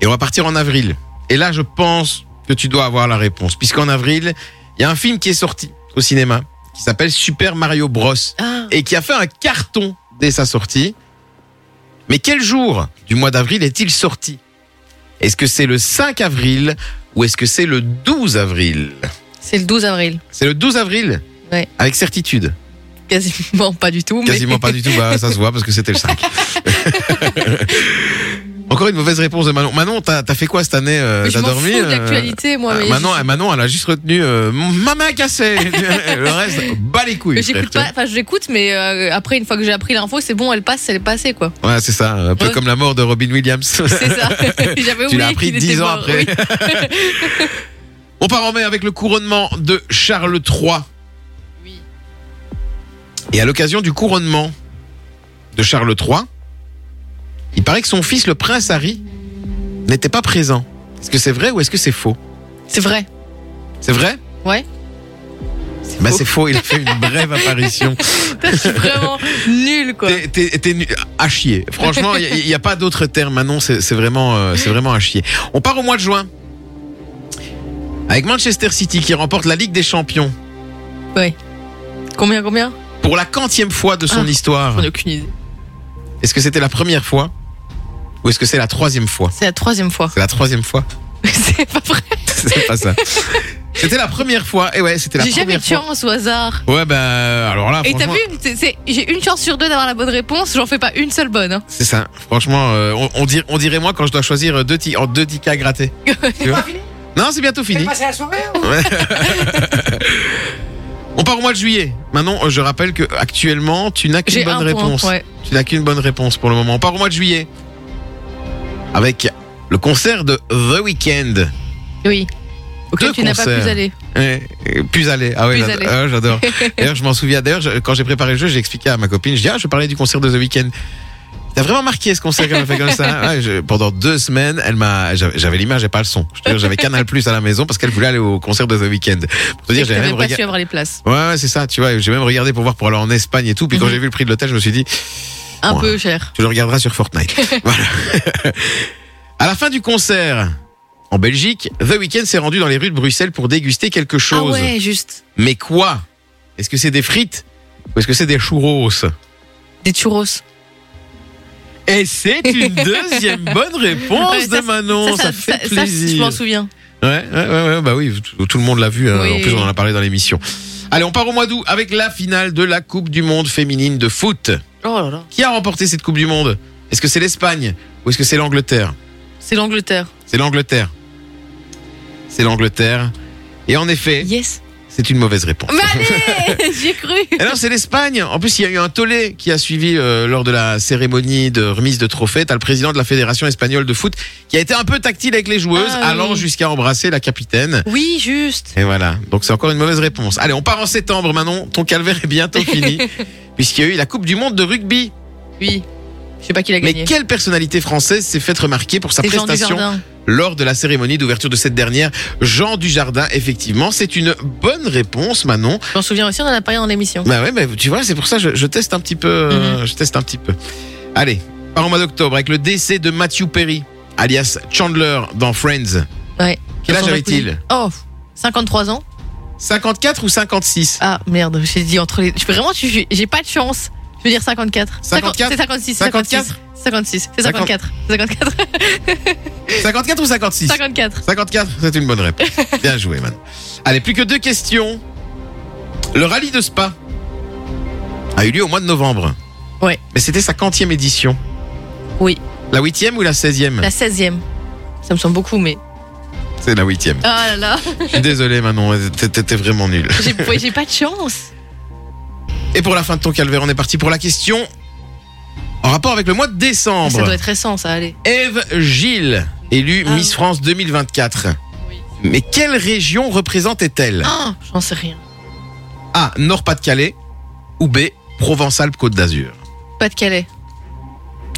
Speaker 3: Et on va partir en avril. Et là, je pense que tu dois avoir la réponse. Puisqu'en avril, il y a un film qui est sorti au cinéma qui s'appelle Super Mario Bros.
Speaker 4: Ah,
Speaker 3: et qui a fait un carton dès sa sortie. Mais quel jour du mois d'avril est-il sorti Est-ce que c'est le 5 avril ou est-ce que c'est le 12 avril
Speaker 4: C'est le 12 avril.
Speaker 3: C'est le 12 avril
Speaker 4: Ouais.
Speaker 3: Avec certitude.
Speaker 4: Quasiment pas du tout. mais-
Speaker 3: Quasiment pas du tout, bah, ça se voit parce que c'était le 5. Encore une mauvaise réponse de Manon. Manon, t'as t'as fait quoi cette année euh,
Speaker 4: Mais je
Speaker 3: T'as
Speaker 4: m'en fous
Speaker 3: dormi
Speaker 4: de
Speaker 3: euh,
Speaker 4: l'actualité, moi.
Speaker 3: ah,
Speaker 4: mais
Speaker 3: Manon,
Speaker 4: je-
Speaker 3: ah, Manon, elle a juste retenu euh, ma main cassée. le reste, bas les couilles.
Speaker 4: mais
Speaker 3: frère,
Speaker 4: j'écoute
Speaker 3: tu vois.
Speaker 4: pas. Enfin, je l'écoute, mais euh, après, une fois que j'ai appris l'info, c'est bon, elle passe, elle est passée, quoi.
Speaker 3: Ouais, c'est ça. Un peu
Speaker 4: Ouais.
Speaker 3: comme la mort de Robin Williams.
Speaker 4: C'est ça. J'avais oublié.
Speaker 3: Tu l'as appris
Speaker 4: qu'il
Speaker 3: dix
Speaker 4: était
Speaker 3: ans
Speaker 4: mort,
Speaker 3: après.
Speaker 4: oui.
Speaker 3: On part en mai avec le couronnement de Charles III.
Speaker 4: Oui.
Speaker 3: Et à l'occasion du couronnement de Charles III, il paraît que son fils, le prince Harry, n'était pas présent. Est-ce que c'est vrai ou est-ce que c'est faux
Speaker 4: C'est vrai.
Speaker 3: C'est vrai
Speaker 4: Ouais.
Speaker 3: Bah
Speaker 4: faux.
Speaker 3: c'est faux, il a fait une brève apparition.
Speaker 4: Je suis vraiment nul, quoi.
Speaker 3: T'es- T'es t'es nu- à chier. Franchement, il n'y a, pas d'autre terme, Manon. C'est c'est vraiment, euh, c'est vraiment à chier. On part au mois de juin. Avec Manchester City qui remporte la Ligue des Champions
Speaker 4: Combien, combien
Speaker 3: pour la quantième fois de son
Speaker 4: Ah.
Speaker 3: histoire.
Speaker 4: J'en ai aucune idée.
Speaker 3: Est-ce que c'était la première fois ou est-ce que c'est la troisième fois
Speaker 4: C'est la troisième fois.
Speaker 3: C'est la troisième fois.
Speaker 4: c'est pas vrai.
Speaker 3: c'est pas ça. C'était la première fois. Et ouais, c'était la
Speaker 4: J'ai jamais
Speaker 3: première
Speaker 4: de
Speaker 3: fois.
Speaker 4: chance au hasard.
Speaker 3: Ouais, bah alors là,
Speaker 4: Et t'as
Speaker 3: franchement,
Speaker 4: vu, c'est- c'est- j'ai une chance sur deux d'avoir la bonne réponse, j'en fais pas une seule bonne. hein.
Speaker 3: c'est ça. Franchement, euh, on, on dir- on dirait moi quand je dois choisir euh, deux ti- en deux tickets à gratter. Tu vois non, c'est bientôt fini.
Speaker 1: Passer la soirée
Speaker 3: On part au mois de juillet. Maintenant, euh, je rappelle que actuellement, tu n'as qu'une
Speaker 4: J'ai
Speaker 3: bonne
Speaker 4: un
Speaker 3: réponse.
Speaker 4: point. ouais.
Speaker 3: Tu n'as qu'une bonne réponse pour le moment. On part au mois de juillet avec le concert de The Weeknd.
Speaker 4: Oui. Ok,
Speaker 3: Deux
Speaker 4: tu n'as pas
Speaker 3: concerts.
Speaker 4: pu aller.
Speaker 3: Ouais, euh, Plus aller. Ah ouais,
Speaker 4: Plus
Speaker 3: j'ado-
Speaker 4: aller.
Speaker 3: ah, j'adore. D'ailleurs, je m'en souviens. D'ailleurs, je- quand j'ai préparé le jeu, j'ai expliqué à ma copine. Je dis, ah, je parlais du concert de The Weeknd. T'as vraiment marqué ce concert qu'elle m'a fait comme ça. hein Ouais, je- pendant deux semaines, elle m'a, j'avais j'avais l'image et pas le son. Je te jure, j'avais Canal Plus à la maison parce qu'elle voulait aller au concert de The Weeknd. Pour te
Speaker 4: Et
Speaker 3: dire,
Speaker 4: que
Speaker 3: j'avais
Speaker 4: T'avais
Speaker 3: même
Speaker 4: pas
Speaker 3: regardé.
Speaker 4: su avoir les places.
Speaker 3: Ouais, ouais, c'est ça, tu vois. J'ai même regardé pour voir pour aller en Espagne et tout. Puis quand
Speaker 4: Mhm.
Speaker 3: j'ai vu le prix de l'hôtel, je me suis dit,
Speaker 4: Un
Speaker 3: Ouais.
Speaker 4: peu cher.
Speaker 3: tu le regarderas sur Fortnite. voilà. à la fin du concert, en Belgique, The Weeknd s'est rendu dans les rues de Bruxelles pour déguster quelque
Speaker 4: Ah
Speaker 3: chose.
Speaker 4: ouais, juste.
Speaker 3: Mais quoi Est-ce que c'est des frites ou est-ce que c'est des churros
Speaker 4: Des churros.
Speaker 3: Et c'est une deuxième bonne réponse
Speaker 4: Ouais, ça,
Speaker 3: de Manon. Ça, fait
Speaker 4: ça, je
Speaker 3: plaisir.
Speaker 4: m'en souviens.
Speaker 3: ouais, ouais, ouais, ouais, bah oui, tout, tout le monde l'a vu. hein.
Speaker 4: Oui.
Speaker 3: En plus, on en a parlé dans l'émission. Allez, on part au mois d'août avec la finale de la Coupe du Monde féminine de foot.
Speaker 4: Oh là là.
Speaker 3: Qui a remporté cette Coupe du Monde Est-ce que c'est l'Espagne ou est-ce que c'est l'Angleterre
Speaker 4: C'est l'Angleterre.
Speaker 3: C'est l'Angleterre. C'est l'Angleterre. Et en effet,
Speaker 4: Yes.
Speaker 3: C'est une mauvaise réponse.
Speaker 4: Mais allez, j'ai cru.
Speaker 3: Et non, c'est l'Espagne. En plus, il y a eu un tollé qui a suivi euh, lors de la cérémonie de remise de trophée. T'as le président de la Fédération espagnole de foot qui a été un peu tactile avec les joueuses,
Speaker 4: Ah,
Speaker 3: allant
Speaker 4: oui.
Speaker 3: jusqu'à embrasser la capitaine.
Speaker 4: Oui, juste.
Speaker 3: Et voilà. Donc, c'est encore une mauvaise réponse. Allez, on part en septembre, Manon. Ton calvaire est bientôt fini. Puisqu'il y a eu la Coupe du Monde de rugby.
Speaker 4: Oui. Je sais pas qui l'a
Speaker 3: Mais
Speaker 4: gagné.
Speaker 3: quelle personnalité française s'est faite remarquer pour sa
Speaker 4: C'est Jean
Speaker 3: prestation
Speaker 4: Dujardin.
Speaker 3: lors de la cérémonie d'ouverture de cette dernière Jean Dujardin, effectivement. C'est une bonne réponse, Manon.
Speaker 4: Je m'en souviens aussi, on en a parlé dans l'émission.
Speaker 3: Bah ouais, mais tu vois, c'est pour ça que je, je teste un petit peu. euh, Je teste un petit peu. Allez, par en mois d'octobre avec le décès de Matthew Perry, alias Chandler dans Friends.
Speaker 4: Ouais.
Speaker 3: Quel âge
Speaker 4: Vincent
Speaker 3: avait-il
Speaker 4: Jacuzzi. Oh, 53 ans.
Speaker 3: 54 ou 56
Speaker 4: Ah merde, j'ai dit entre les. je- Vraiment, tu- j'ai j'ai pas de chance. Je veux dire 54.
Speaker 3: 54?
Speaker 4: C'est 56. c'est 56.
Speaker 3: 54?
Speaker 4: 56. C'est 54. C'est 54.
Speaker 3: 54 ou 56
Speaker 4: 54.
Speaker 3: 54, c'est une bonne réponse. Bien joué, man. Allez, plus que deux questions. Le rallye de Spa a eu lieu au mois de novembre.
Speaker 4: Ouais.
Speaker 3: Mais c'était sa 40e édition.
Speaker 4: Oui.
Speaker 3: La 8e ou la 16e
Speaker 4: La 16e. Ça me semble beaucoup, mais.
Speaker 3: C'est la 8e.
Speaker 4: Ah là là,
Speaker 3: Je suis désolé, Manon, t'es- t'es t'es vraiment nul.
Speaker 4: j'ai j'ai pas de chance.
Speaker 3: Et pour la fin de ton calvaire, on est parti pour la question en rapport avec le mois de
Speaker 4: Ça doit
Speaker 3: décembre.
Speaker 4: être récent, ça, allez.
Speaker 3: Eve Gilles, élue
Speaker 4: Ah.
Speaker 3: Miss France 2024.
Speaker 4: Oui.
Speaker 3: Mais quelle région représentait-elle
Speaker 4: Ah, j'en sais rien.
Speaker 3: A. Nord-Pas-de-Calais ou B. Provence-Alpes-Côte d'Azur
Speaker 4: Pas de Calais.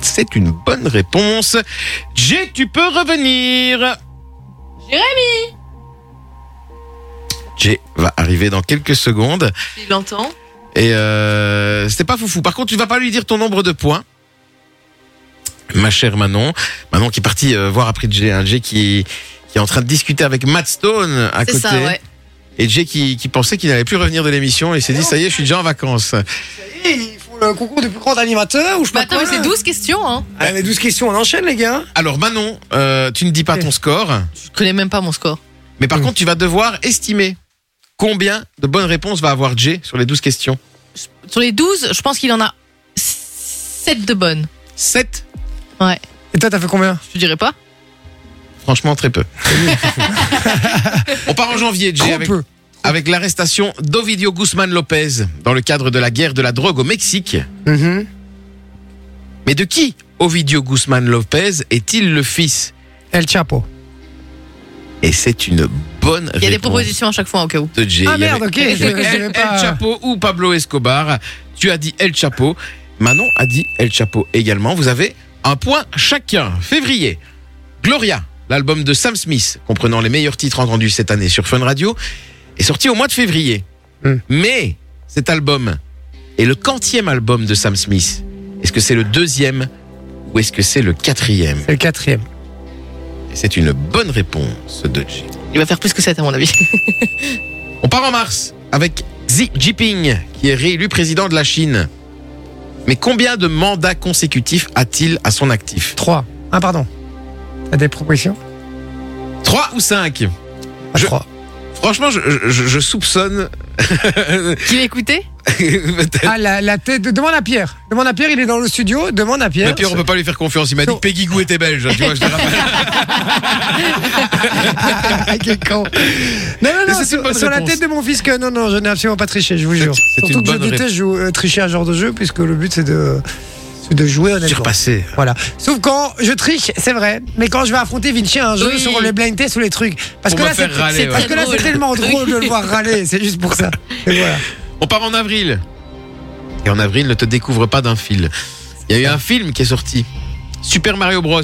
Speaker 3: C'est une bonne réponse. Jay, tu peux revenir Jérémy Jay va arriver dans quelques secondes.
Speaker 4: Il l'entend.
Speaker 3: Et euh, c'était pas foufou. Par contre, tu vas pas lui dire ton nombre de points. Ma chère Manon, Manon qui est partie euh, voir après Jay, hein. Jay qui, qui est en train de discuter avec Matt Stone à
Speaker 4: C'est
Speaker 3: côté.
Speaker 4: ça, ouais.
Speaker 3: Et Jay qui, qui pensait qu'il n'allait plus revenir de l'émission et s'est dit ça y est, je suis déjà en vacances.
Speaker 2: Ils font le concours du plus grand animateur ou je sais
Speaker 4: Bah
Speaker 2: pas
Speaker 4: attends, mais
Speaker 2: quoi,
Speaker 4: c'est
Speaker 2: là.
Speaker 4: 12 questions, hein.
Speaker 2: Ah, mais 12 questions, on enchaîne, les gars.
Speaker 3: Alors Manon, euh, tu ne dis pas ton score,
Speaker 4: Je connais même pas mon score.
Speaker 3: mais par contre tu vas devoir estimer combien de bonnes réponses va avoir Jay sur les 12 questions.
Speaker 4: Sur les 12, je pense qu'il en a 7 de bonnes.
Speaker 3: 7
Speaker 2: Et toi, t'as fait combien
Speaker 4: Je te dirais pas.
Speaker 3: Franchement, très peu. On part en janvier, Jay,
Speaker 2: Trop
Speaker 3: avec
Speaker 2: peu.
Speaker 3: avec l'arrestation d'Ovidio Guzman Lopez dans le cadre de la guerre de la drogue au Mexique.
Speaker 2: Mhm.
Speaker 3: Mais de qui Ovidio Guzman Lopez est-il le fils
Speaker 2: El Chapo.
Speaker 3: Et c'est une bonne
Speaker 4: Il y a des
Speaker 3: réponse
Speaker 4: propositions à chaque fois, au cas où.
Speaker 3: de Jay.
Speaker 2: Ah
Speaker 3: Il y avait-
Speaker 2: merde, ok.
Speaker 3: Il y avait
Speaker 2: je- je
Speaker 3: El,
Speaker 2: vais
Speaker 3: El
Speaker 2: pas...
Speaker 3: Chapo ou Pablo Escobar. Tu as dit El Chapo. Manon a dit El Chapo également. Vous avez un point chacun. Février, Gloria, l'album de Sam Smith, comprenant les meilleurs titres entendus cette année sur Fun Radio, est sorti au mois de février.
Speaker 2: Hmm.
Speaker 3: Mais cet album est le quantième album de Sam Smith. Est-ce que c'est le deuxième ou est-ce que c'est le quatrième
Speaker 2: C'est le quatrième.
Speaker 3: Et C'est une bonne réponse de Jay.
Speaker 4: Il va faire plus que 7, à mon avis.
Speaker 3: On part en mars avec Xi Jinping, qui est réélu président de la Chine. Mais combien de mandats consécutifs a-t-il à son actif
Speaker 2: 3. Ah, pardon. T'as des propositions
Speaker 3: 3 ou 5
Speaker 2: Ah,
Speaker 3: Je-
Speaker 2: trois.
Speaker 3: Franchement, je, je- je soupçonne.
Speaker 4: Qui va écouter
Speaker 3: Peut-être.
Speaker 2: Ah, la, la tête. de- Demande à Pierre. Demande à Pierre, il est dans le studio. Demande à Pierre.
Speaker 3: Mais Pierre, on peut pas lui faire confiance. Il m'a dit que Peggy Gou était belge. Tu vois, je te rappelle.
Speaker 2: Ah, quel con. Non, non,
Speaker 3: Mais
Speaker 2: non,
Speaker 3: c'est une bonne
Speaker 2: sur, sur la
Speaker 3: réponse.
Speaker 2: tête de mon fils que non, non, je n'ai absolument pas triché, je vous jure.
Speaker 3: c'est
Speaker 2: Surtout
Speaker 3: une
Speaker 2: que je
Speaker 3: bonne réponse.
Speaker 2: déteste jouer- euh, tricher à ce genre de jeu, puisque le but c'est de, c'est de jouer honnêtement.
Speaker 3: Surpassé.
Speaker 2: Voilà. Sauf quand je triche, c'est vrai, mais quand je vais affronter Vinci à un jeu
Speaker 4: Oui.
Speaker 2: sur les blind tests ou les trucs. Parce
Speaker 3: Pour
Speaker 2: que
Speaker 3: me
Speaker 2: là, c'est
Speaker 3: faire râler,
Speaker 2: c'est-
Speaker 3: ouais.
Speaker 2: parce que là,
Speaker 4: Très
Speaker 2: c'est
Speaker 4: drôle.
Speaker 2: tellement drôle de le voir râler, c'est juste pour ça. Et voilà.
Speaker 3: On part en avril. Et en avril, ne te découvre pas d'un fil. Il y a eu un film qui est sorti. Super Mario Bros.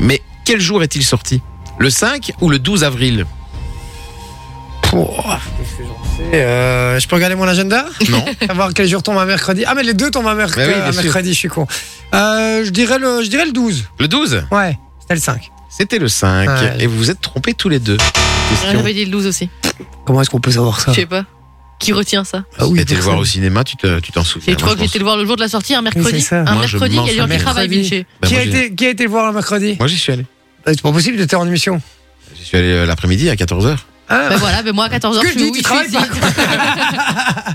Speaker 3: Mais quel jour est-il sorti Le 5 ou le 12 avril
Speaker 2: Pouah. Euh, je peux regarder mon agenda
Speaker 3: Non.
Speaker 2: Savoir quel jour tombe un mercredi. Ah, mais les deux tombent un merc-
Speaker 3: Bah oui,
Speaker 2: un
Speaker 3: bien sûr.
Speaker 2: mercredi, je suis con. Euh, je, dirais le, je dirais le 12.
Speaker 3: Le 12
Speaker 2: Ouais, c'était le 5.
Speaker 3: C'était le 5.
Speaker 2: Ouais.
Speaker 3: Et vous vous êtes trompés tous les deux.
Speaker 4: On
Speaker 2: Ah
Speaker 3: Question.
Speaker 4: avait dit le 12 aussi.
Speaker 2: Comment est-ce qu'on peut savoir ça
Speaker 4: Je sais pas. Qui retient ça
Speaker 2: Ah oui,
Speaker 3: T'as été le voir
Speaker 2: personne.
Speaker 3: au cinéma, tu te- tu t'en souviens.
Speaker 4: Et tu crois que
Speaker 3: moi, je
Speaker 4: j'étais le voir le jour de la sortie, un
Speaker 2: c'est
Speaker 4: mercredi
Speaker 2: ça.
Speaker 4: Un
Speaker 3: Moi, je
Speaker 4: mercredi, il y a des gens qui
Speaker 3: m'en
Speaker 4: travaillent,
Speaker 2: mercredi.
Speaker 4: Vinci.
Speaker 3: pense. Bah,
Speaker 2: Qui a,
Speaker 3: moi, j'y-
Speaker 2: été, qui a été le voir le mercredi
Speaker 3: Moi, j'y suis allé.
Speaker 2: Bah, C'est pas possible, j'étais en émission.
Speaker 3: J'y suis allé euh, l'après-midi à 14h.
Speaker 2: Hein
Speaker 4: Ben voilà, ben moi à 14h,
Speaker 2: Que
Speaker 4: je
Speaker 2: je
Speaker 4: suis
Speaker 2: dis, tu
Speaker 4: où Je suis
Speaker 2: travailles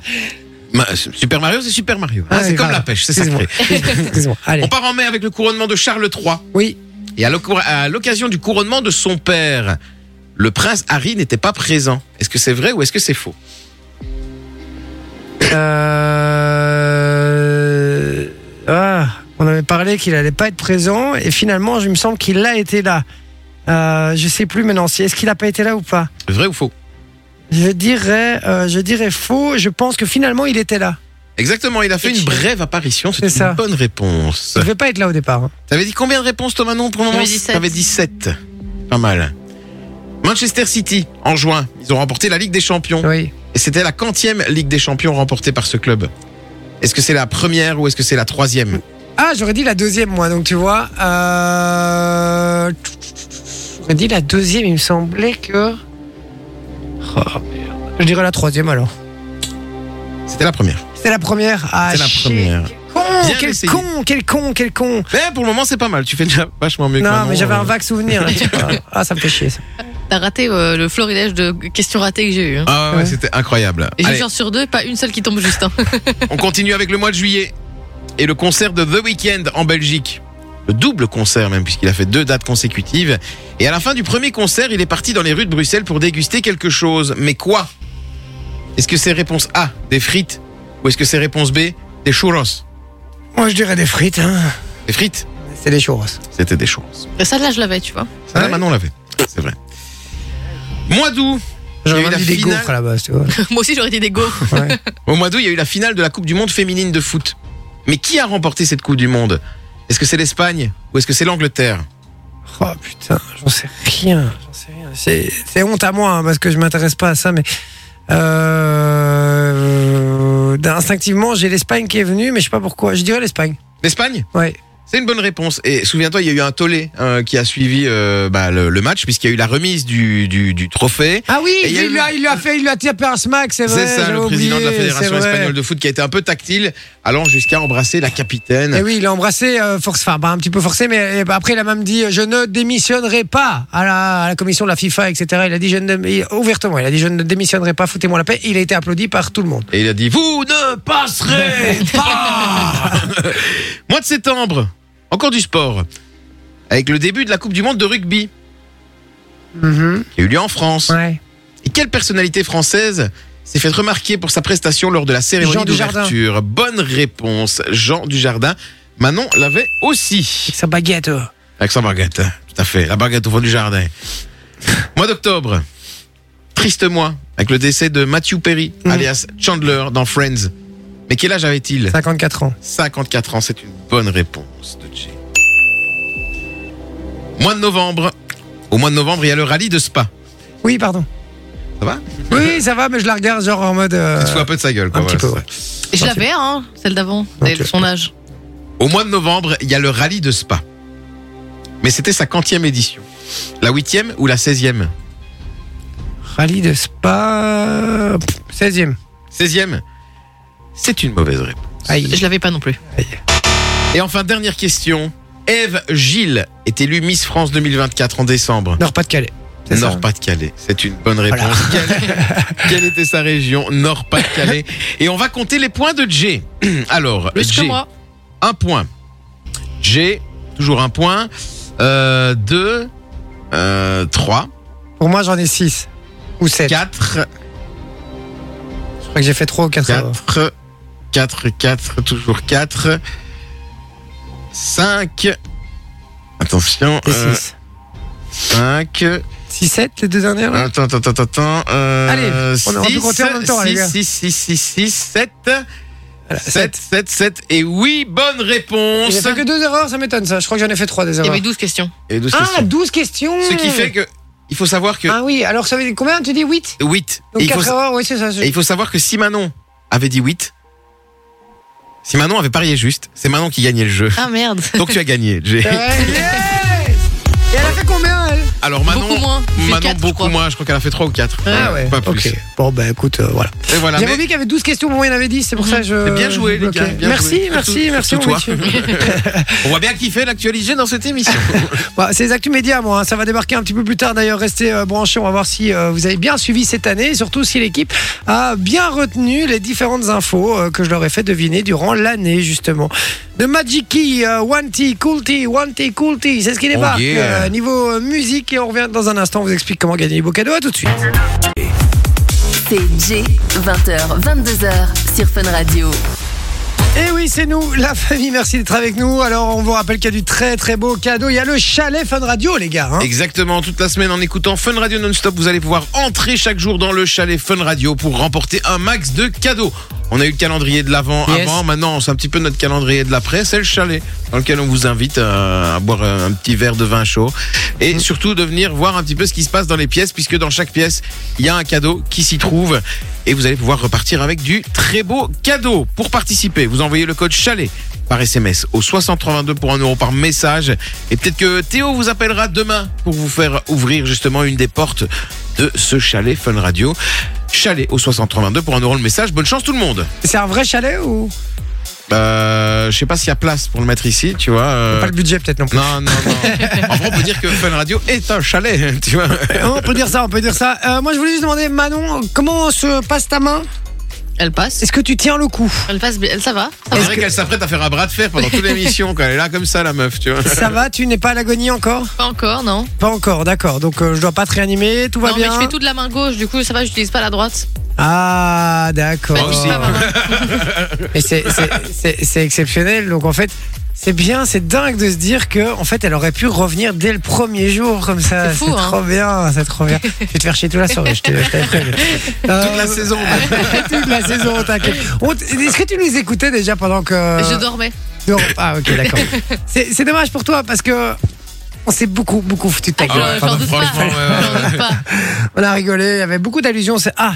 Speaker 4: ici.
Speaker 2: pas,
Speaker 3: Super Mario, c'est Super Mario.
Speaker 2: Ah,
Speaker 3: c'est
Speaker 2: oui,
Speaker 3: comme
Speaker 2: voilà.
Speaker 3: la pêche, c'est
Speaker 2: Excuse-moi.
Speaker 3: sacré.
Speaker 2: Excuse-moi. Allez.
Speaker 3: On part en mai avec le couronnement de Charles III.
Speaker 2: Oui.
Speaker 3: Et à l'oc- à l'occasion du couronnement de son père, le prince Harry n'était pas présent. Est-ce que c'est vrai ou est-ce que c'est faux
Speaker 2: Euh... ah, on avait parlé qu'il allait pas être présent et finalement, je il me semble qu'il a été là. Euh, je sais plus maintenant. si- Est-ce qu'il a pas été là ou pas
Speaker 3: Vrai ou faux
Speaker 2: Je dirais, euh, je dirais faux. Je pense que finalement, il était là.
Speaker 3: Exactement, il a fait
Speaker 2: Et
Speaker 3: une
Speaker 2: tu-
Speaker 3: brève apparition, c'est une
Speaker 2: C'est ça.
Speaker 3: bonne réponse.
Speaker 2: Il devait pas être là au départ. hein.
Speaker 3: T'avais dit combien de réponses Thomas non pour le moment
Speaker 4: J'avais dit sept.
Speaker 3: T'avais dit 7. Pas mal. Manchester City, en juin, ils ont remporté la Ligue des Champions.
Speaker 2: Oui.
Speaker 3: Et c'était la quantième Ligue des Champions remportée par ce club. Est-ce que c'est la première ou est-ce que c'est la troisième
Speaker 2: Ah, j'aurais dit la deuxième, moi. Donc tu vois, euh... j'aurais dit la deuxième. Il me semblait que. Oh, merde. Je dirais la troisième alors.
Speaker 3: C'était la première.
Speaker 2: C'était la première. Ah,
Speaker 3: C'était la
Speaker 2: shit.
Speaker 3: première.
Speaker 2: Con,
Speaker 3: Bien
Speaker 2: quel
Speaker 3: essayé.
Speaker 2: con, quel con, quel con.
Speaker 3: Mais pour le moment, c'est pas mal. Tu fais déjà vachement mieux que
Speaker 2: Non,
Speaker 3: Manon,
Speaker 2: mais j'avais
Speaker 3: euh.
Speaker 2: un vague souvenir. là, tu vois. ah, ça me fait chier. Ça.
Speaker 4: T'as raté euh, le florilège de questions ratées que j'ai eu. hein.
Speaker 3: Ah ouais,
Speaker 2: Ouais.
Speaker 3: c'était incroyable.
Speaker 4: Et j'ai une
Speaker 3: Allez,
Speaker 4: chance sur deux, pas une seule qui tombe juste. hein.
Speaker 3: on continue avec le mois de juillet et le concert de The Weeknd en Belgique. Le double concert même, puisqu'il a fait deux dates consécutives. Et à la fin du premier concert, il est parti dans les rues de Bruxelles pour déguster quelque chose. Mais quoi Est-ce que c'est réponse A, des frites Ou est-ce que c'est réponse B, des churros
Speaker 2: Moi, je dirais des frites. Hein.
Speaker 3: Des frites
Speaker 2: C'est des churros.
Speaker 3: C'était des churros.
Speaker 4: Et ça, là, je l'avais, tu vois.
Speaker 3: Ça, là,
Speaker 2: Ouais.
Speaker 3: Manon l'avait. C'est vrai. Mois d'août. il y a eu
Speaker 2: J'aurais
Speaker 3: la
Speaker 2: même dit des
Speaker 3: finale-
Speaker 2: gaufres à la base, tu vois.
Speaker 4: Moi aussi, j'aurais dit des gaufres.
Speaker 2: Ouais.
Speaker 3: Au mois d'août, il y a eu la finale de la Coupe du Monde féminine de foot. Mais qui a remporté cette Coupe du Monde Est-ce que c'est l'Espagne ou est-ce que c'est l'Angleterre
Speaker 2: Oh putain, j'en sais rien. J'en sais rien. C'est, c'est honte à moi hein, parce que je m'intéresse pas à ça, mais. Euh, instinctivement, j'ai l'Espagne qui est venue, mais je sais pas pourquoi. Je dirais l'Espagne.
Speaker 3: L'Espagne
Speaker 2: Ouais.
Speaker 3: C'est une bonne réponse. Et souviens-toi, il y a eu un tollé euh, qui a suivi euh, bah, le, le match, puisqu'il y a eu la remise du, du- du trophée.
Speaker 2: Ah oui,
Speaker 3: Et il y a
Speaker 2: il,
Speaker 3: eu-
Speaker 2: lui a, il lui a fait, il lui a tapé un smack, Ah, c'est vrai.
Speaker 3: C'est ça, le
Speaker 2: j'avais
Speaker 3: président de la
Speaker 2: oublié,
Speaker 3: Fédération
Speaker 2: c'est vrai.
Speaker 3: espagnole de foot qui a été un peu tactile, allant jusqu'à embrasser la capitaine.
Speaker 2: Et Eh oui, il a embrassé, euh, force, enfin, bah, un petit peu forcé, mais euh, bah, après, il a même dit euh, Je ne démissionnerai pas à la, à la commission de la FIFA, etc. Il a dit je ne, dé- il- Ouvertement, il a dit Je ne démissionnerai pas, foutez-moi la paix. Et il a été applaudi par tout le monde.
Speaker 3: Et il a dit Vous ne passerez
Speaker 2: Ah
Speaker 3: pas Mois de septembre, encore du sport. Avec le début de la Coupe du Monde de rugby,
Speaker 2: Mm-hmm.
Speaker 3: qui a eu lieu en France.
Speaker 2: Ouais.
Speaker 3: Et quelle personnalité française s'est faite remarquer pour sa prestation lors de la
Speaker 2: Jean
Speaker 3: cérémonie
Speaker 2: Dujardin.
Speaker 3: d'ouverture Bonne réponse, Jean Dujardin. Manon l'avait aussi.
Speaker 2: Avec sa baguette. euh.
Speaker 3: Avec sa baguette, hein. tout à fait. La baguette au fond du jardin. mois d'octobre, triste mois, avec le décès de Matthew Perry,
Speaker 2: Mhm.
Speaker 3: alias Chandler, dans Friends. Mais quel âge avait-il
Speaker 2: 54 ans.
Speaker 3: 54 ans, c'est une bonne réponse de Jay. Mois de novembre. Au mois de novembre, il y a le rallye de Spa.
Speaker 2: Oui, pardon.
Speaker 3: Ça va
Speaker 2: Oui, ça va, mais je la regarde genre en mode. euh,
Speaker 3: Tu te fous un peu de sa gueule, quoi.
Speaker 2: un petit peu,
Speaker 3: c'est
Speaker 2: ouais.
Speaker 3: ça.
Speaker 4: Et je l'avais, hein, celle d'avant,
Speaker 2: Ok.
Speaker 4: de son âge.
Speaker 3: Au mois de novembre, il y a le rallye de Spa. Mais c'était sa quantième édition. La huitième ou la seizième
Speaker 2: Rallye de Spa. pff, 16e.
Speaker 3: Seizième C'est une mauvaise réponse.
Speaker 2: Aïe.
Speaker 4: Je l'avais pas non plus.
Speaker 3: Et enfin, dernière question. Eve Gilles est élue Miss France 2024 en décembre.
Speaker 2: Nord-Pas-de-Calais. C'est ça.
Speaker 3: Nord-Pas-de-Calais. C'est une bonne réponse.
Speaker 2: Voilà.
Speaker 3: Quelle, quelle était sa région Nord-Pas-de-Calais. Et on va compter les points de J. Alors,
Speaker 4: Plus que
Speaker 3: J,
Speaker 4: moi.
Speaker 3: un point. J, toujours un point. Euh, deux, euh, trois,
Speaker 2: Pour moi, j'en ai 6. Ou 7.
Speaker 3: quatre,
Speaker 2: Je crois que j'ai fait 3 ou 4.
Speaker 3: 4, 4, 4, toujours 4, 5, attention,
Speaker 2: Et 6.
Speaker 3: Euh. 5,
Speaker 2: 6, 7, les deux dernières là
Speaker 3: attends, attends, attends, attends, euh,
Speaker 2: Allez, on a- on peut
Speaker 3: 6,
Speaker 2: compter en même temps, les gars.
Speaker 3: 6, 6, 6, 6, 7,
Speaker 2: Voilà,
Speaker 3: 7,
Speaker 2: sept.
Speaker 3: 7, 7, et oui, bonne
Speaker 2: Il
Speaker 3: réponse.
Speaker 2: J'ai fait que 2 erreurs, ça m'étonne ça. Je crois que j'en ai fait 3 des
Speaker 4: Il y
Speaker 2: erreurs.
Speaker 4: avait 12 questions.
Speaker 3: Et douze
Speaker 2: Ah,
Speaker 3: questions.
Speaker 2: 12 questions
Speaker 3: Ce qui fait que, il faut savoir que
Speaker 2: Ah oui, alors ça veut dire combien Tu dis 8
Speaker 3: 8, et
Speaker 2: Donc
Speaker 3: il,
Speaker 2: 4
Speaker 3: faut,
Speaker 2: erreurs, oui, c'est ça. je-
Speaker 3: et il faut savoir que si Manon avait dit 8, si Manon avait parié juste, c'est Manon qui gagnait le jeu.
Speaker 4: Ah merde.
Speaker 3: Donc tu as gagné,
Speaker 2: Ouais,
Speaker 3: Jay.
Speaker 2: yes Et elle a fait combien elle
Speaker 3: Alors Manon,
Speaker 4: beaucoup moins. J'ai fait
Speaker 3: Manon
Speaker 4: quatre, je
Speaker 3: beaucoup
Speaker 4: crois.
Speaker 3: moins, je crois qu'elle a fait 3 ou 4.
Speaker 2: Ah ouais,
Speaker 3: Pas plus.
Speaker 2: ok. Bon, bah écoute, euh, voilà.
Speaker 3: Et voilà.
Speaker 2: J'avais
Speaker 3: Bah, mais- Mhm.
Speaker 2: oublié qu'il y avait 12 questions, bon, il y en avait 10, c'est pour ça que je.
Speaker 3: mais bien joué,
Speaker 2: je
Speaker 3: les gars.
Speaker 2: bloquais.
Speaker 3: bien
Speaker 2: merci,
Speaker 3: joué.
Speaker 2: merci,
Speaker 3: Surtout-
Speaker 2: merci,
Speaker 3: surtout
Speaker 2: on
Speaker 3: toi.
Speaker 2: vous tue.
Speaker 3: On voit bien kiffer l'actualité dans cette émission.
Speaker 2: Bah, c'est les actus médias, moi. hein. Ça va débarquer un petit peu plus tard. D'ailleurs, restez euh, branchés. On va voir si euh, vous avez bien suivi cette année, et surtout si l'équipe a bien retenu les différentes infos euh, que je leur ai fait deviner durant l'année, justement. de Magic Key, euh, One T, Cool T, One T, Cool T. C'est ce qui débarque
Speaker 3: Oh, yeah.
Speaker 2: euh, niveau euh, musique. Et on revient dans un instant, on vous explique comment gagner les beaux cadeaux. À tout de suite.
Speaker 5: C'est J, 20h, 22h sur Fun Radio.
Speaker 2: Et Eh oui, c'est nous, la famille. Merci d'être avec nous. Alors, on vous rappelle qu'il y a du très très beau cadeau. Il y a le chalet Fun Radio, les gars. hein.
Speaker 3: Exactement, toute la semaine en écoutant Fun Radio Non-Stop, vous allez pouvoir entrer chaque jour dans le chalet Fun Radio pour remporter un max de cadeaux. On a eu le calendrier de l'avant
Speaker 2: Yes.
Speaker 3: avant, maintenant c'est un petit peu notre calendrier de l'après, c'est le chalet dans lequel on vous invite euh, à boire euh, un petit verre de vin chaud et surtout de venir voir un petit peu ce qui se passe dans les pièces puisque dans chaque pièce il y a un cadeau qui s'y trouve et vous allez pouvoir repartir avec du très beau cadeau. Pour participer, vous envoyez le code chalet par SMS au 6032 pour 1 euro par message. Et peut-être que Théo vous appellera demain pour vous faire ouvrir justement une des portes de ce chalet Fun Radio. Chalet au 6032 pour 1 euro le message. Bonne chance tout le monde.
Speaker 2: C'est un vrai chalet ou
Speaker 3: Euh, je sais pas s'il y a place pour le mettre ici, tu vois. euh,
Speaker 2: pas le budget peut-être non plus
Speaker 3: Non, non, non. en gros, on peut dire que Fun Radio est un chalet, tu vois.
Speaker 2: Hein, On peut dire ça, on peut dire ça. Euh, moi, je voulais juste demander, Manon, comment se passe ta main
Speaker 4: Elle passe.
Speaker 2: Est-ce que tu tiens le coup
Speaker 4: Elle passe bien. Ça va
Speaker 3: On dirait qu'elle s'apprête à faire un bras de fer pendant toute l'émission quand elle est là comme ça, la meuf, tu vois.
Speaker 2: Ça va Tu n'es pas à l'agonie encore
Speaker 4: Pas encore, non.
Speaker 2: Pas encore, d'accord. Donc, euh, je dois pas te réanimer, tout va
Speaker 4: non,
Speaker 2: bien
Speaker 4: mais je fais tout de la main gauche, du coup, ça va, j'utilise pas la droite.
Speaker 2: Ah,
Speaker 4: Bah,
Speaker 2: d'accord.
Speaker 4: je dis pas ma main.
Speaker 2: Mais c'est- c'est- c'est c'est exceptionnel. Donc en fait, c'est bien, c'est dingue de se dire que en fait, elle aurait pu revenir dès le premier jour comme ça.
Speaker 4: C'est fou, hein.
Speaker 2: trop bien, c'est trop bien. je vais te faire chier toute la soirée. Je te, je t'avais prévenu.
Speaker 3: Toute la
Speaker 2: Euh,
Speaker 3: saison.
Speaker 2: toute la saison, t'inquiète. On t- Est-ce que tu nous écoutais déjà pendant que
Speaker 4: Je dormais.
Speaker 2: Non, Ah ok, d'accord. C'est c'est dommage pour toi parce que. On s'est beaucoup, beaucoup foutu de ta
Speaker 4: Ah,
Speaker 2: gueule.
Speaker 4: je- j'en doute pas.
Speaker 3: franchement, ouais, ouais, ouais.
Speaker 4: J'en doute pas.
Speaker 2: On a rigolé, il y avait beaucoup d'allusions. C'est ah,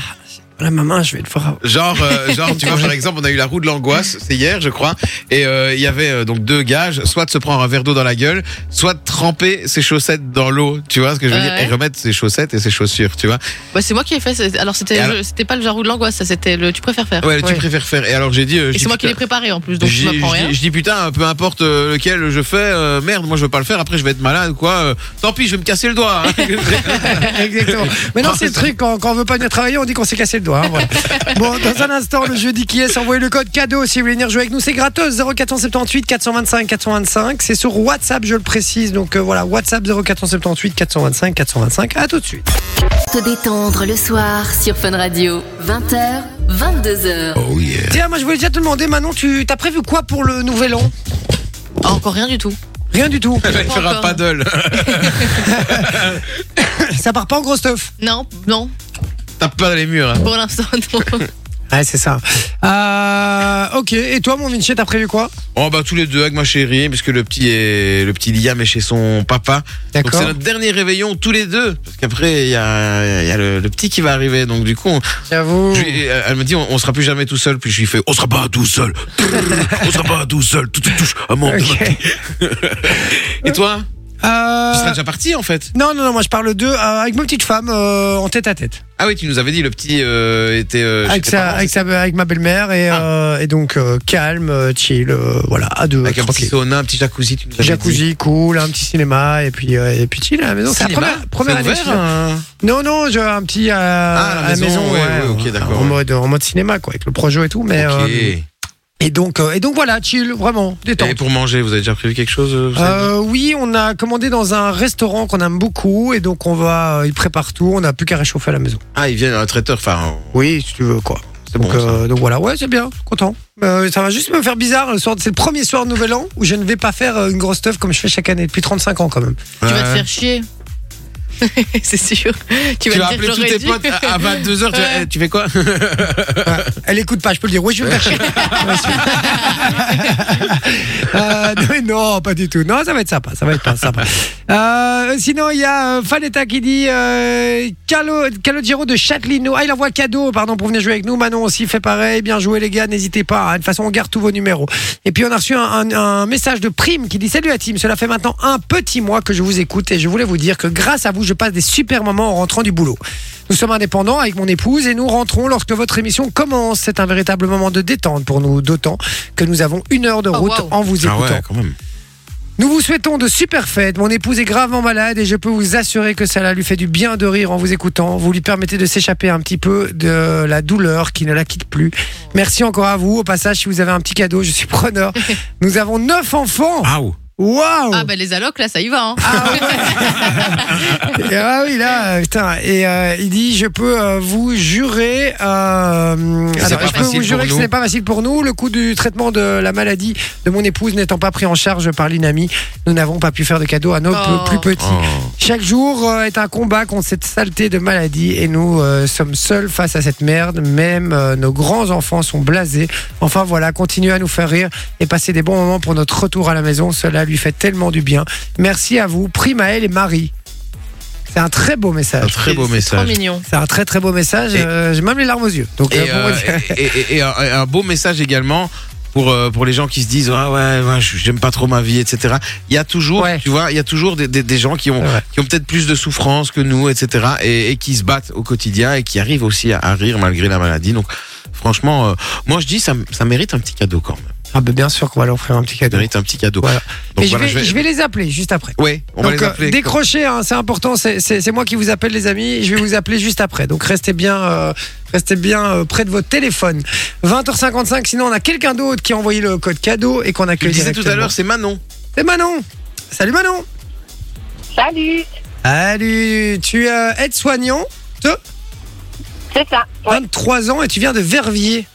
Speaker 2: la maman, je vais le voir.
Speaker 3: Genre, euh, genre, tu vois, par exemple, on a eu la roue de l'angoisse, c'est hier, je crois, et euh, il y avait euh, donc deux gages, soit de se prendre un verre d'eau dans la gueule, soit de tremper ses chaussettes dans l'eau, tu vois ce que je veux dire,
Speaker 4: Ouais.
Speaker 3: et remettre ses chaussettes et ses chaussures, tu vois.
Speaker 4: Bah, c'est moi qui ai fait. c'est- Alors, c'était
Speaker 3: Et alors-
Speaker 4: je- c'était pas le genre de l'angoisse, ça, c'était le tu préfères faire.
Speaker 3: Ouais, tu
Speaker 2: Ouais.
Speaker 3: préfères faire. Et alors j'ai dit, euh, je
Speaker 4: Et
Speaker 3: dis,
Speaker 4: c'est moi qui l'ai
Speaker 3: putain,
Speaker 4: préparé en plus, donc
Speaker 3: j'ai-
Speaker 4: je
Speaker 3: je
Speaker 4: m'apprends rien.
Speaker 3: dis- je dis putain, peu importe euh, lequel je fais, euh, merde, moi je veux pas le faire. Après je vais être malade, quoi. euh, tant pis, je vais me casser le doigt. hein.
Speaker 2: Exactement. Mais non, c'est le truc, quand, quand on veut pas venir travailler, on dit qu'on s'est cassé le doigt. hein, voilà. Bon, dans un instant, le jeudi qui est, envoyez le code cadeau si vous voulez venir jouer avec nous. C'est gratos, 0478 425 425. C'est sur WhatsApp, je le précise. Donc euh, voilà, WhatsApp 0478 425 425. À tout de suite.
Speaker 5: Te détendre le soir sur Fun Radio. 20h, 22h.
Speaker 3: oh yeah.
Speaker 2: Tiens, moi je voulais déjà te demander, Manon, tu t'as prévu quoi pour le nouvel an
Speaker 4: Ah, encore rien du tout.
Speaker 2: Rien du tout.
Speaker 3: Elle va faire un
Speaker 4: encore.
Speaker 3: paddle.
Speaker 2: Ça part pas en gros stuff.
Speaker 4: Non, non,
Speaker 3: Tape pas dans les murs. hein.
Speaker 4: pour l'instant, non.
Speaker 2: Ouais, c'est ça. Euh, ok, et toi, mon Vinci, t'as prévu quoi
Speaker 3: Oh bah tous les deux avec ma chérie, puisque le petit est le petit Liam est chez son papa. Donc
Speaker 2: D'accord.
Speaker 3: c'est notre dernier réveillon tous les deux, parce qu'après il y a, il y a le, le petit qui va arriver. Donc du coup, on-
Speaker 2: J'avoue.
Speaker 3: je lui-
Speaker 4: Oh.
Speaker 3: elle me dit on, on sera plus jamais tout seul. Puis je lui fais on sera pas tout seul, on sera pas tout seul. Tout tout touche à mon.
Speaker 2: Ok.
Speaker 3: Et toi,
Speaker 2: Euh,
Speaker 3: tu seras déjà parti en fait.
Speaker 2: Non, non, non, moi je parle d'eux euh, avec ma petite femme euh, en tête à tête.
Speaker 3: Ah oui, tu nous avais dit le petit euh, était euh, chez
Speaker 2: Ah, Avec,
Speaker 3: tes
Speaker 2: sa-
Speaker 3: parents,
Speaker 2: avec, sa- avec ma belle-mère et,
Speaker 3: Ah.
Speaker 2: euh, et donc euh, calme, euh, chill, euh, voilà, à deux.
Speaker 3: avec un petit
Speaker 2: tranquille.
Speaker 3: sauna, un petit jacuzzi. Tu nous avais dit.
Speaker 2: Jacuzzi, cool, un petit cinéma et puis, euh, et puis chill à la maison. C'est la
Speaker 3: Cinéma,
Speaker 2: première, première
Speaker 3: c'est
Speaker 2: année que
Speaker 3: ouvert,
Speaker 2: je fais.
Speaker 3: hein Ah,
Speaker 2: Non, non, j'ai un petit euh,
Speaker 3: à la maison, ouais, ouais, ok,
Speaker 2: en-
Speaker 3: d'accord,
Speaker 2: En,
Speaker 3: ouais.
Speaker 2: mode, en mode cinéma, quoi, avec le projo et tout. Mais,
Speaker 3: Ok.
Speaker 2: euh, et, donc, euh, et donc voilà, chill, vraiment, détente.
Speaker 3: Et pour manger, vous avez déjà prévu quelque chose euh, vous savez
Speaker 2: Euh, oui, on a commandé dans un restaurant qu'on aime beaucoup et donc on va, euh, ils préparent tout, on n'a plus qu'à réchauffer à la maison.
Speaker 3: Ah, ils viennent un traiteur, enfin,
Speaker 2: Oui, si tu veux, quoi.
Speaker 3: c'est bon.
Speaker 2: Donc,
Speaker 3: ça.
Speaker 2: euh, donc voilà, ouais, c'est bien, content. Euh, ça va juste me faire bizarre. le soir- C'est le premier soir de Nouvel An où je ne vais pas faire euh, une grosse stuff comme je fais chaque année depuis 35 ans quand même.
Speaker 4: Tu vas
Speaker 3: euh, Ouais.
Speaker 4: te faire chier. c'est sûr.
Speaker 3: Tu
Speaker 4: Tu vas,
Speaker 3: vas
Speaker 4: te
Speaker 3: appeler
Speaker 4: dire
Speaker 3: tous
Speaker 4: j'aurais
Speaker 3: tes
Speaker 4: dû.
Speaker 3: potes ah, à 22h, tu, vas- eh, tu fais quoi
Speaker 2: Elle écoute pas, je peux le dire. Oui, je vais me faire chier. Euh, non, mais non, pas du tout. Non, ça va être sympa. Ça va être pas sympa. Euh, sinon, il y a euh, Fanetta qui dit euh, Calo, Calogero de Châtelineau. Ah, il envoie cadeau, pardon, pour venir jouer avec nous. Manon aussi fait pareil. Bien joué, les gars. N'hésitez pas. hein. De toute façon, on garde tous vos numéros. Et puis, on a reçu un, un- un message de Prime qui dit Salut à team. Cela fait maintenant un petit mois que je vous écoute et je voulais vous dire que grâce à vous, je passe des super moments en rentrant du boulot. Nous sommes indépendants avec mon épouse et nous rentrons lorsque votre émission commence. C'est un véritable moment de détente pour nous, d'autant que nous avons une heure de
Speaker 4: Oh,
Speaker 2: route
Speaker 3: Ah
Speaker 4: wow.
Speaker 2: en vous écoutant.
Speaker 3: quand même.
Speaker 2: Nous vous souhaitons de super fêtes. Mon épouse est gravement malade et je peux vous assurer que cela lui fait du bien de rire en vous écoutant. Vous lui permettez de s'échapper un petit peu de la douleur qui ne la quitte plus. Merci encore à vous. Au passage, si vous avez un petit cadeau, je suis preneur. Nous avons neuf enfants.
Speaker 3: Waouh
Speaker 2: Waouh
Speaker 4: Ah, bah les allocs, là, ça y va. hein.
Speaker 3: Ah
Speaker 2: Et ah oui, là, euh, putain. Et euh, il dit Je peux euh, vous jurer. euh,
Speaker 3: c'est pas
Speaker 2: je peux
Speaker 3: facile
Speaker 2: vous jurer
Speaker 3: pour
Speaker 2: que ce
Speaker 3: nous.
Speaker 2: n'est pas facile pour nous. Le coût du traitement de la maladie de mon épouse n'étant pas pris en charge par l'INAMI, nous n'avons pas pu faire de cadeaux à nos
Speaker 4: Oh.
Speaker 2: plus petits.
Speaker 3: Oh.
Speaker 2: Chaque jour euh, est un combat contre cette saleté de maladie et nous euh, sommes seuls face à cette merde. Même euh, nos grands-enfants sont blasés. Enfin voilà, continuez à nous faire rire et passez des bons moments pour notre retour à la maison. Cela lui fait tellement du bien. Merci à vous, Primaël et Marie. C'est un très beau
Speaker 3: Un
Speaker 2: message.
Speaker 3: très beau
Speaker 4: C'est Trop
Speaker 3: message.
Speaker 4: mignon.
Speaker 2: C'est un très très beau message.
Speaker 3: Et-
Speaker 2: Euh, J'ai même les larmes aux yeux. Donc, euh,
Speaker 3: Et,
Speaker 2: pour
Speaker 3: euh,
Speaker 2: vous dire-
Speaker 3: et- et- et un, un beau message également pour, euh, pour les gens qui se disent ah ouais, ouais, je- j'aime pas trop ma vie etc il y a toujours
Speaker 2: Ouais.
Speaker 3: tu vois il y a toujours des, des- des gens qui ont
Speaker 2: C'est vrai.
Speaker 3: qui ont peut-être plus de souffrance que nous etc et, et qui se battent au quotidien et qui arrivent aussi à, à rire malgré la maladie donc franchement euh, moi je dis ça, m- ça mérite un petit cadeau quand même
Speaker 2: Ah, ben, bien sûr qu'on va leur offrir un petit
Speaker 3: ça
Speaker 2: cadeau.
Speaker 3: mérite un petit cadeau
Speaker 2: Voilà.
Speaker 3: donc
Speaker 2: Et je
Speaker 3: voilà,
Speaker 2: vais- je vais les appeler juste après.
Speaker 3: ouais on va
Speaker 2: Donc,
Speaker 3: les appeler
Speaker 2: euh, décrochez, hein, c'est important. C'est- C'est c'est moi qui vous appelle, les amis. Je vais vous appeler juste après. Donc, restez bien, euh, restez bien euh, près de votre téléphone. 20h55. Sinon, on a quelqu'un d'autre qui a envoyé le code cadeau et qu'on
Speaker 3: tu
Speaker 2: accueille
Speaker 3: le disais tout à
Speaker 2: directement.
Speaker 3: l'heure c'est Manon
Speaker 2: C'est Manon. Salut Manon.
Speaker 6: Salut,
Speaker 2: Salut. Tu euh, es aide-soignant,
Speaker 6: c'est ça. Ouais,
Speaker 2: 23 ans et tu viens de Verviers.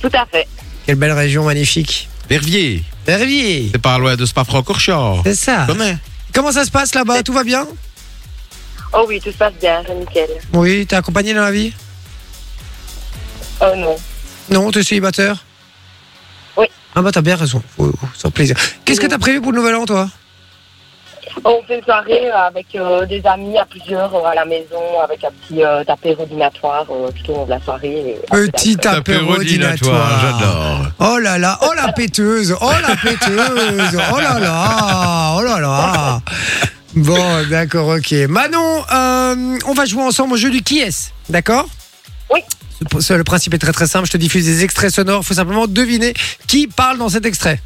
Speaker 6: tout à fait.
Speaker 2: Quelle belle région magnifique.
Speaker 3: Verviers
Speaker 2: Verviers.
Speaker 3: c'est pas loin de Spa-Francorchamps
Speaker 2: C'est ça.
Speaker 3: connais
Speaker 2: Comment ça se passe là-bas Tout va bien
Speaker 6: Oh oui, tout se passe bien, c'est nickel.
Speaker 2: Oui, t'es accompagné dans la vie
Speaker 6: Oh non.
Speaker 2: Non, t'es célibataire
Speaker 6: Oui.
Speaker 2: Ah bah t'as bien raison, Oh, oh, sans plaisir. Qu'est-ce que t'as prévu pour le nouvel an toi
Speaker 6: On fait une soirée avec euh, des amis à plusieurs euh, à la maison, avec un petit euh, apéro dînatoire euh, tout au long de la soirée. et-
Speaker 2: Petit apéro
Speaker 3: Apérodinatoire,
Speaker 2: dînatoire.
Speaker 3: j'adore
Speaker 2: Oh là là, oh la péteuse, oh la péteuse, oh là là, oh là là. Bon, d'accord, ok. Manon, euh, on va jouer ensemble au jeu du qui est d'accord
Speaker 6: Oui.
Speaker 2: Ce- ce- Le principe est très très simple, je te diffuse des extraits sonores, faut simplement deviner qui parle dans cet extrait.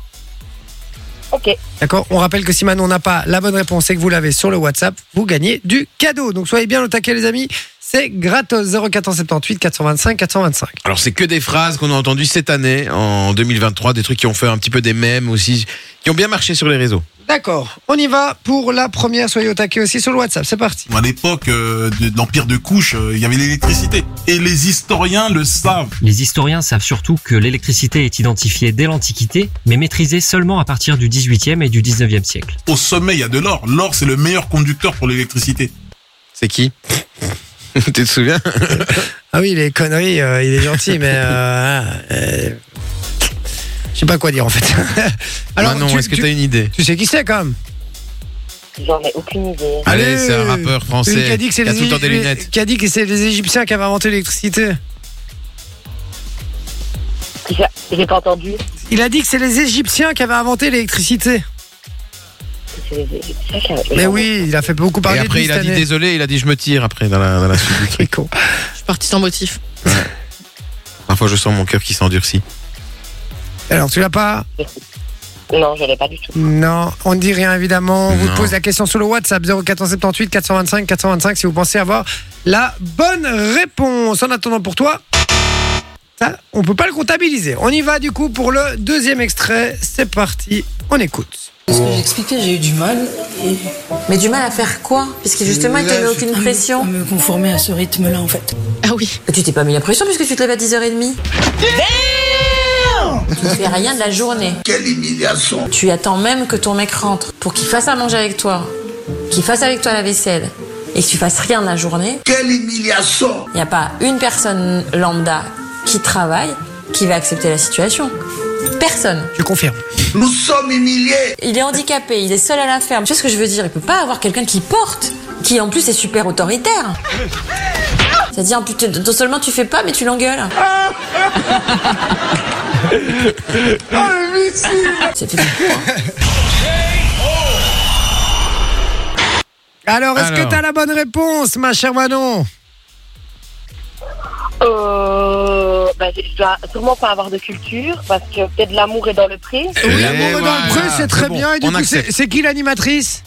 Speaker 6: Ok,
Speaker 2: D'accord On rappelle que si Manon n'a pas la bonne réponse et que vous l'avez sur le WhatsApp, vous gagnez du cadeau. Donc soyez bien au taquet, les amis. C'est gratos 0478 425 425.
Speaker 3: Alors c'est que des phrases qu'on a entendues cette année, en 2023, des trucs qui ont fait un petit peu des mèmes aussi, qui ont bien marché sur les réseaux.
Speaker 2: D'accord, on y va pour la première. Soyez au taquet aussi sur le WhatsApp. C'est parti.
Speaker 7: À l'époque euh, de, de l'Empire de Couche, euh, il y avait l'électricité. Et les historiens le savent.
Speaker 8: Les historiens savent surtout que l'électricité est identifiée dès l'Antiquité, mais maîtrisée seulement à partir du 18e et du 19e siècle.
Speaker 7: Au sommet, il y a de l'or. L'or, c'est le meilleur conducteur pour l'électricité.
Speaker 3: C'est qui Tu te souviens
Speaker 2: Ah oui, les conneries, euh, il est gentil, mais. euh, euh, je sais pas quoi dire en fait.
Speaker 3: Manon,
Speaker 2: tu,
Speaker 3: est-ce que
Speaker 2: tu-
Speaker 3: t'as une idée
Speaker 2: tu sais qui c'est quand même
Speaker 6: j'en ai aucune idée.
Speaker 3: Allez, c'est un
Speaker 2: Allez,
Speaker 3: rappeur
Speaker 2: Celui
Speaker 3: français
Speaker 2: qui a dit que c'est
Speaker 3: il a
Speaker 2: les
Speaker 3: tout le temps des
Speaker 2: Égyptiens-
Speaker 3: lunettes.
Speaker 2: Qui a dit que c'est les Égyptiens qui avaient inventé l'électricité
Speaker 6: J'ai j'ai pas entendu.
Speaker 2: Il a dit que c'est les Égyptiens qui avaient inventé l'électricité.
Speaker 6: C'est les Égyptiens qui avaient-
Speaker 2: Mais oui, il a fait beaucoup
Speaker 3: Oh. Et
Speaker 2: parler de
Speaker 3: après
Speaker 2: lui
Speaker 3: il a
Speaker 2: cette
Speaker 3: dit
Speaker 2: année.
Speaker 3: désolé, il a dit je me tire après dans la, dans la suite du
Speaker 2: Quel
Speaker 3: truc.
Speaker 2: con.
Speaker 4: Je suis partie sans motif.
Speaker 3: Parfois je sens mon cœur qui s'endurcit.
Speaker 2: Alors, tu l'as pas
Speaker 6: Non, je l'ai pas du tout.
Speaker 2: Non, on ne dit rien évidemment. On vous
Speaker 3: Non.
Speaker 2: pose la question sur le WhatsApp 0478 425 425 si vous pensez avoir la bonne réponse. En attendant pour toi, ça, on peut pas le comptabiliser. On y va du coup pour le deuxième extrait. C'est parti, on écoute.
Speaker 9: Ce que j'expliquais, j'ai eu du mal. Et
Speaker 10: Mais du mal à faire quoi Puisque justement, il te met aucune
Speaker 9: à
Speaker 10: pression.
Speaker 9: me conformer à ce rythme-là, en fait.
Speaker 4: Ah oui.
Speaker 10: Tu t'es pas mis la pression puisque tu te lèves à 10h30. Tu ne fais rien de la journée. Quelle humiliation Tu attends même que ton mec rentre pour qu'il fasse à manger avec toi, qu'il fasse avec toi la vaisselle et que tu fasses rien de la journée. Quelle humiliation Il n'y a pas une personne lambda qui travaille qui va accepter la situation. Personne.
Speaker 2: Je confirme.
Speaker 10: Il est handicapé, il est seul à la ferme. Tu sais ce que je veux dire Il peut pas avoir quelqu'un qui porte, qui en plus est super autoritaire. C'est-à-dire, tu te- non seulement tu fais pas, mais tu l'engueules. C'était-
Speaker 2: Alors, est-ce que
Speaker 3: Alors.
Speaker 2: tu as la bonne réponse, ma chère Manon
Speaker 6: Euh, ben, je dois sûrement pas avoir de culture parce que peut-être l'amour est dans le pré.
Speaker 2: Oui, l'amour est dans le pré, c'est très bien. Et du coup, c'est c'est qui l'animatrice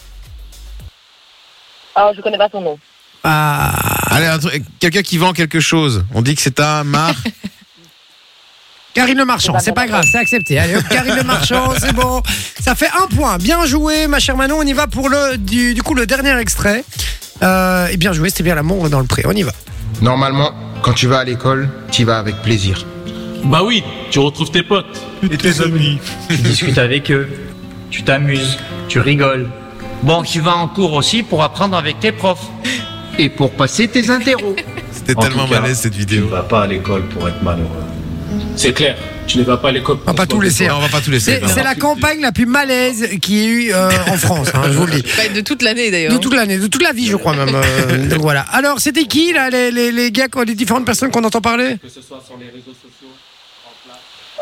Speaker 6: Ah, je connais pas son nom.
Speaker 2: Ah,
Speaker 3: Allez, un truc- quelqu'un qui vend quelque chose. On dit que c'est un mar.
Speaker 2: Karine Le Marchand, c'est pas grave, c'est accepté. Allez, hop, Karine Le Marchand, c'est bon. Ça fait un point. Bien joué, ma chère Manon. On y va pour le du, du coup le dernier extrait. Euh, et bien joué, c'était bien l'amour dans le pré. On y va.
Speaker 11: Normalement, quand tu vas à l'école, tu vas avec plaisir.
Speaker 12: Bah oui, tu retrouves tes potes. Et tes amis. Tu discutes avec eux, tu t'amuses, tu rigoles. Bon, tu vas en cours aussi pour apprendre avec tes profs. Et pour passer tes interros.
Speaker 3: C'était tellement malaise cette vidéo.
Speaker 12: Tu ne vas pas à l'école pour être malheureux. C'est clair, tu ne vas pas à l'école pour
Speaker 2: On va pas tout laisser. hein.
Speaker 3: on va pas tout
Speaker 2: C'est c'est la campagne la plus malaise qui ait eu euh, en France, hein, je vous le dis.
Speaker 4: Bah, de toute l'année d'ailleurs.
Speaker 2: De toute l'année, de toute la vie, je crois même. euh, donc voilà. Alors, c'était qui là, les, les, les gars, quoi, les différentes personnes qu'on entend parler
Speaker 12: Que ce soit sur les réseaux sociaux.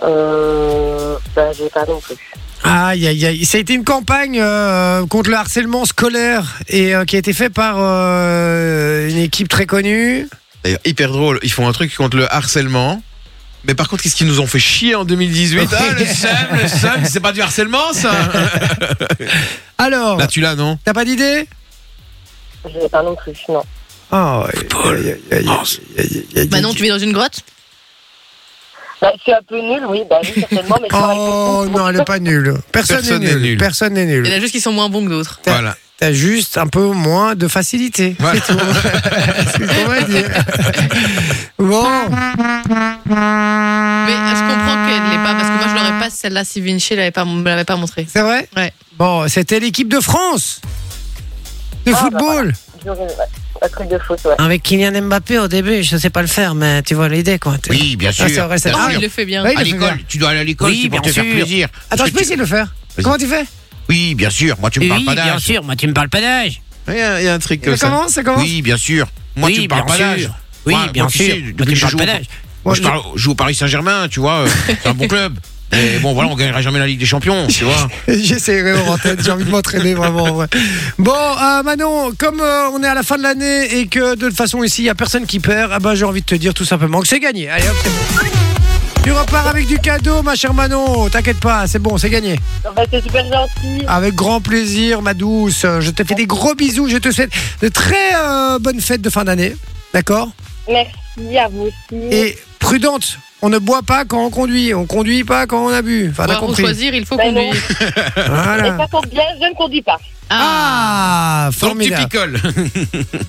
Speaker 6: Euh, ben, j'ai pas non plus.
Speaker 2: Aïe, aïe, aïe. Ça a été une campagne euh, contre le harcèlement scolaire et euh, qui a été faite par euh, une équipe très connue.
Speaker 3: D'ailleurs, hyper drôle. Ils font un truc contre le harcèlement. Mais par contre, qu'est-ce qu'ils nous ont fait chier en 2018 Ah, le seum, le seum, c'est pas du harcèlement, ça
Speaker 2: Alors,
Speaker 3: Là, tu l'as, non
Speaker 2: t'as pas d'idée
Speaker 6: J'ai pas non plus, non.
Speaker 2: Ah, ouais. Aïe, aïe, aïe, aïe, aïe, aïe, aïe.
Speaker 4: Manon, Bah, tu vis dans une grotte
Speaker 6: Ben, je suis un peu nulle, oui, ben, oui certainement, mais je travaille
Speaker 2: Oh non, elle est pas nulle. Personne n'est
Speaker 3: Personne n'est
Speaker 2: nul.
Speaker 3: nul.
Speaker 2: Personne n'est nul.
Speaker 4: Il y en a juste qui sont moins bons que d'autres.
Speaker 2: T'as-
Speaker 3: Voilà.
Speaker 2: T'as juste un peu moins de facilité.
Speaker 3: Voilà.
Speaker 2: C'est tout. C'est ce qu'on va dire. Bon.
Speaker 4: Mais je comprends qu'elle l'est pas parce que moi je l'aurais pas celle-là si Vinci l'avait pas me l'avait pas montré.
Speaker 2: C'est vrai
Speaker 4: Ouais.
Speaker 2: Bon, c'était l'équipe de France de
Speaker 6: Ah, bah
Speaker 2: football.
Speaker 6: j'aurais- ouais, un truc de foot, ouais.
Speaker 2: Avec Kylian Mbappé au début, je sais pas le faire, mais tu vois l'idée quoi.
Speaker 3: Oui, bien
Speaker 2: Ah, c'est vrai, c'est
Speaker 4: Oh,
Speaker 2: vrai.
Speaker 4: il le fait bien.
Speaker 2: Ouais, il le fait bien.
Speaker 3: tu dois aller à l'école,
Speaker 2: Oui, bien sûr. Attends, je peux essayer de le faire.
Speaker 3: Vas-y.
Speaker 2: Comment tu fais
Speaker 3: Oui, bien sûr, moi tu me parles pas d'âge.
Speaker 13: sûr, moi tu me parles pas d'âge.
Speaker 3: Il y, a, il y a un truc comme
Speaker 2: Ça
Speaker 3: ça.
Speaker 2: commence, ça commence
Speaker 3: Oui, bien sûr. Moi
Speaker 13: Oui,
Speaker 3: tu me parles
Speaker 13: bien
Speaker 3: pas d'âge.
Speaker 13: sûr. Oui,
Speaker 3: Moi,
Speaker 13: bien
Speaker 3: moi, tu
Speaker 13: sûr.
Speaker 3: sais,
Speaker 13: Moi,
Speaker 3: depuis
Speaker 13: tu
Speaker 3: que
Speaker 13: me
Speaker 3: je
Speaker 13: parles
Speaker 3: joue
Speaker 13: pas
Speaker 3: au-
Speaker 13: d'âge.
Speaker 3: Moi, je,
Speaker 2: Moi,
Speaker 3: parle- je joue au Paris Saint-Germain, tu vois. euh, c'est un bon club. Et bon, voilà, on gagnera jamais la Ligue des Champions, tu vois.
Speaker 2: J'essaierai en tête, j'ai envie de m'entraîner vraiment. en vrai. Bon, euh, Manon, comme euh, on est à la fin de l'année et que de toute façon ici, il n'y a personne qui perd, ah ben, j'ai envie de te dire tout simplement que c'est gagné. Allez hop, c'est bon. Tu repars avec du cadeau, ma chère Manon, t'inquiète pas, c'est bon, c'est gagné.
Speaker 6: Ben, c'est super gentil.
Speaker 2: Avec grand plaisir, ma douce. Je te fais des gros bisous, je te souhaite de très euh, bonnes fêtes de fin d'année, d'accord
Speaker 6: Merci à vous aussi.
Speaker 2: Et prudente, on ne boit pas quand on conduit, on conduit pas quand on a bu.
Speaker 3: Ah,
Speaker 2: Enfin, t'as
Speaker 4: Boire ou
Speaker 2: compris.
Speaker 4: choisir, il faut
Speaker 6: Ben non.
Speaker 4: conduire.
Speaker 6: Et
Speaker 2: Voilà.
Speaker 6: ça tombe bien, je ne conduis pas.
Speaker 2: Ah,
Speaker 3: Donc tu
Speaker 2: formidable.
Speaker 3: picoles.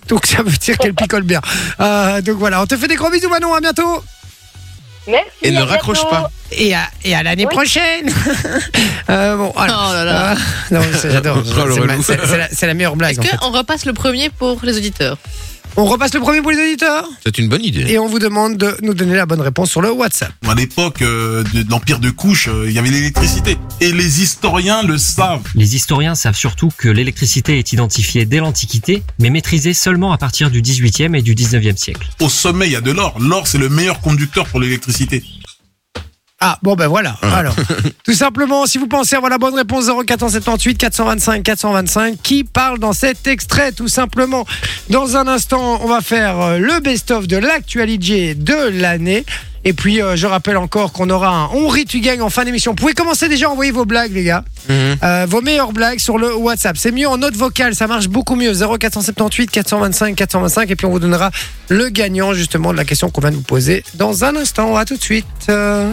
Speaker 2: Donc ça veut dire qu'elle picole bien. Euh, donc voilà, on te fait des gros bisous Manon, à bientôt.
Speaker 6: Merci.
Speaker 3: Et ne
Speaker 6: à
Speaker 3: raccroche
Speaker 6: bientôt.
Speaker 3: pas.
Speaker 2: Et à, et à l'année
Speaker 6: Oui.
Speaker 2: prochaine. Euh, bon,
Speaker 4: Oh
Speaker 2: voilà.
Speaker 4: là là.
Speaker 2: Ah, non, c'est- j'adore.
Speaker 3: Oh, le
Speaker 2: C'est ma-
Speaker 3: relou.
Speaker 2: C'est c'est la, c'est la meilleure blague.
Speaker 4: Est-ce
Speaker 2: en Ah, fait.
Speaker 4: qu'on repasse le premier pour les auditeurs
Speaker 2: On repasse le premier pour les auditeurs
Speaker 3: C'est une bonne idée.
Speaker 2: et on vous demande de nous donner la bonne réponse sur le WhatsApp.
Speaker 7: À l'époque euh, de, de l'empire de couche, euh, il y avait l'électricité. Et les historiens le savent.
Speaker 8: Les historiens savent surtout que l'électricité est identifiée dès l'Antiquité, mais maîtrisée seulement à partir du 18e et du 19e siècle.
Speaker 7: Au sommet, il y a de l'or. L'or, c'est le meilleur conducteur pour l'électricité.
Speaker 2: Ah, bon, ben voilà. Alors, tout simplement, si vous pensez avoir la bonne réponse 0478 425 425, qui parle dans cet extrait Tout simplement, dans un instant, on va faire euh, le best-of de l'actualité de l'année. Et puis, euh, je rappelle encore qu'on aura un On rit, tu gagnes en fin d'émission. Vous pouvez commencer déjà à envoyer vos blagues, les gars.
Speaker 3: Mhm.
Speaker 2: Euh, vos meilleures blagues sur le WhatsApp. C'est mieux en note vocale, ça marche beaucoup mieux. 0478 425 425 et puis on vous donnera le gagnant justement de la question qu'on vient de vous poser dans un instant. À tout de suite. Euh,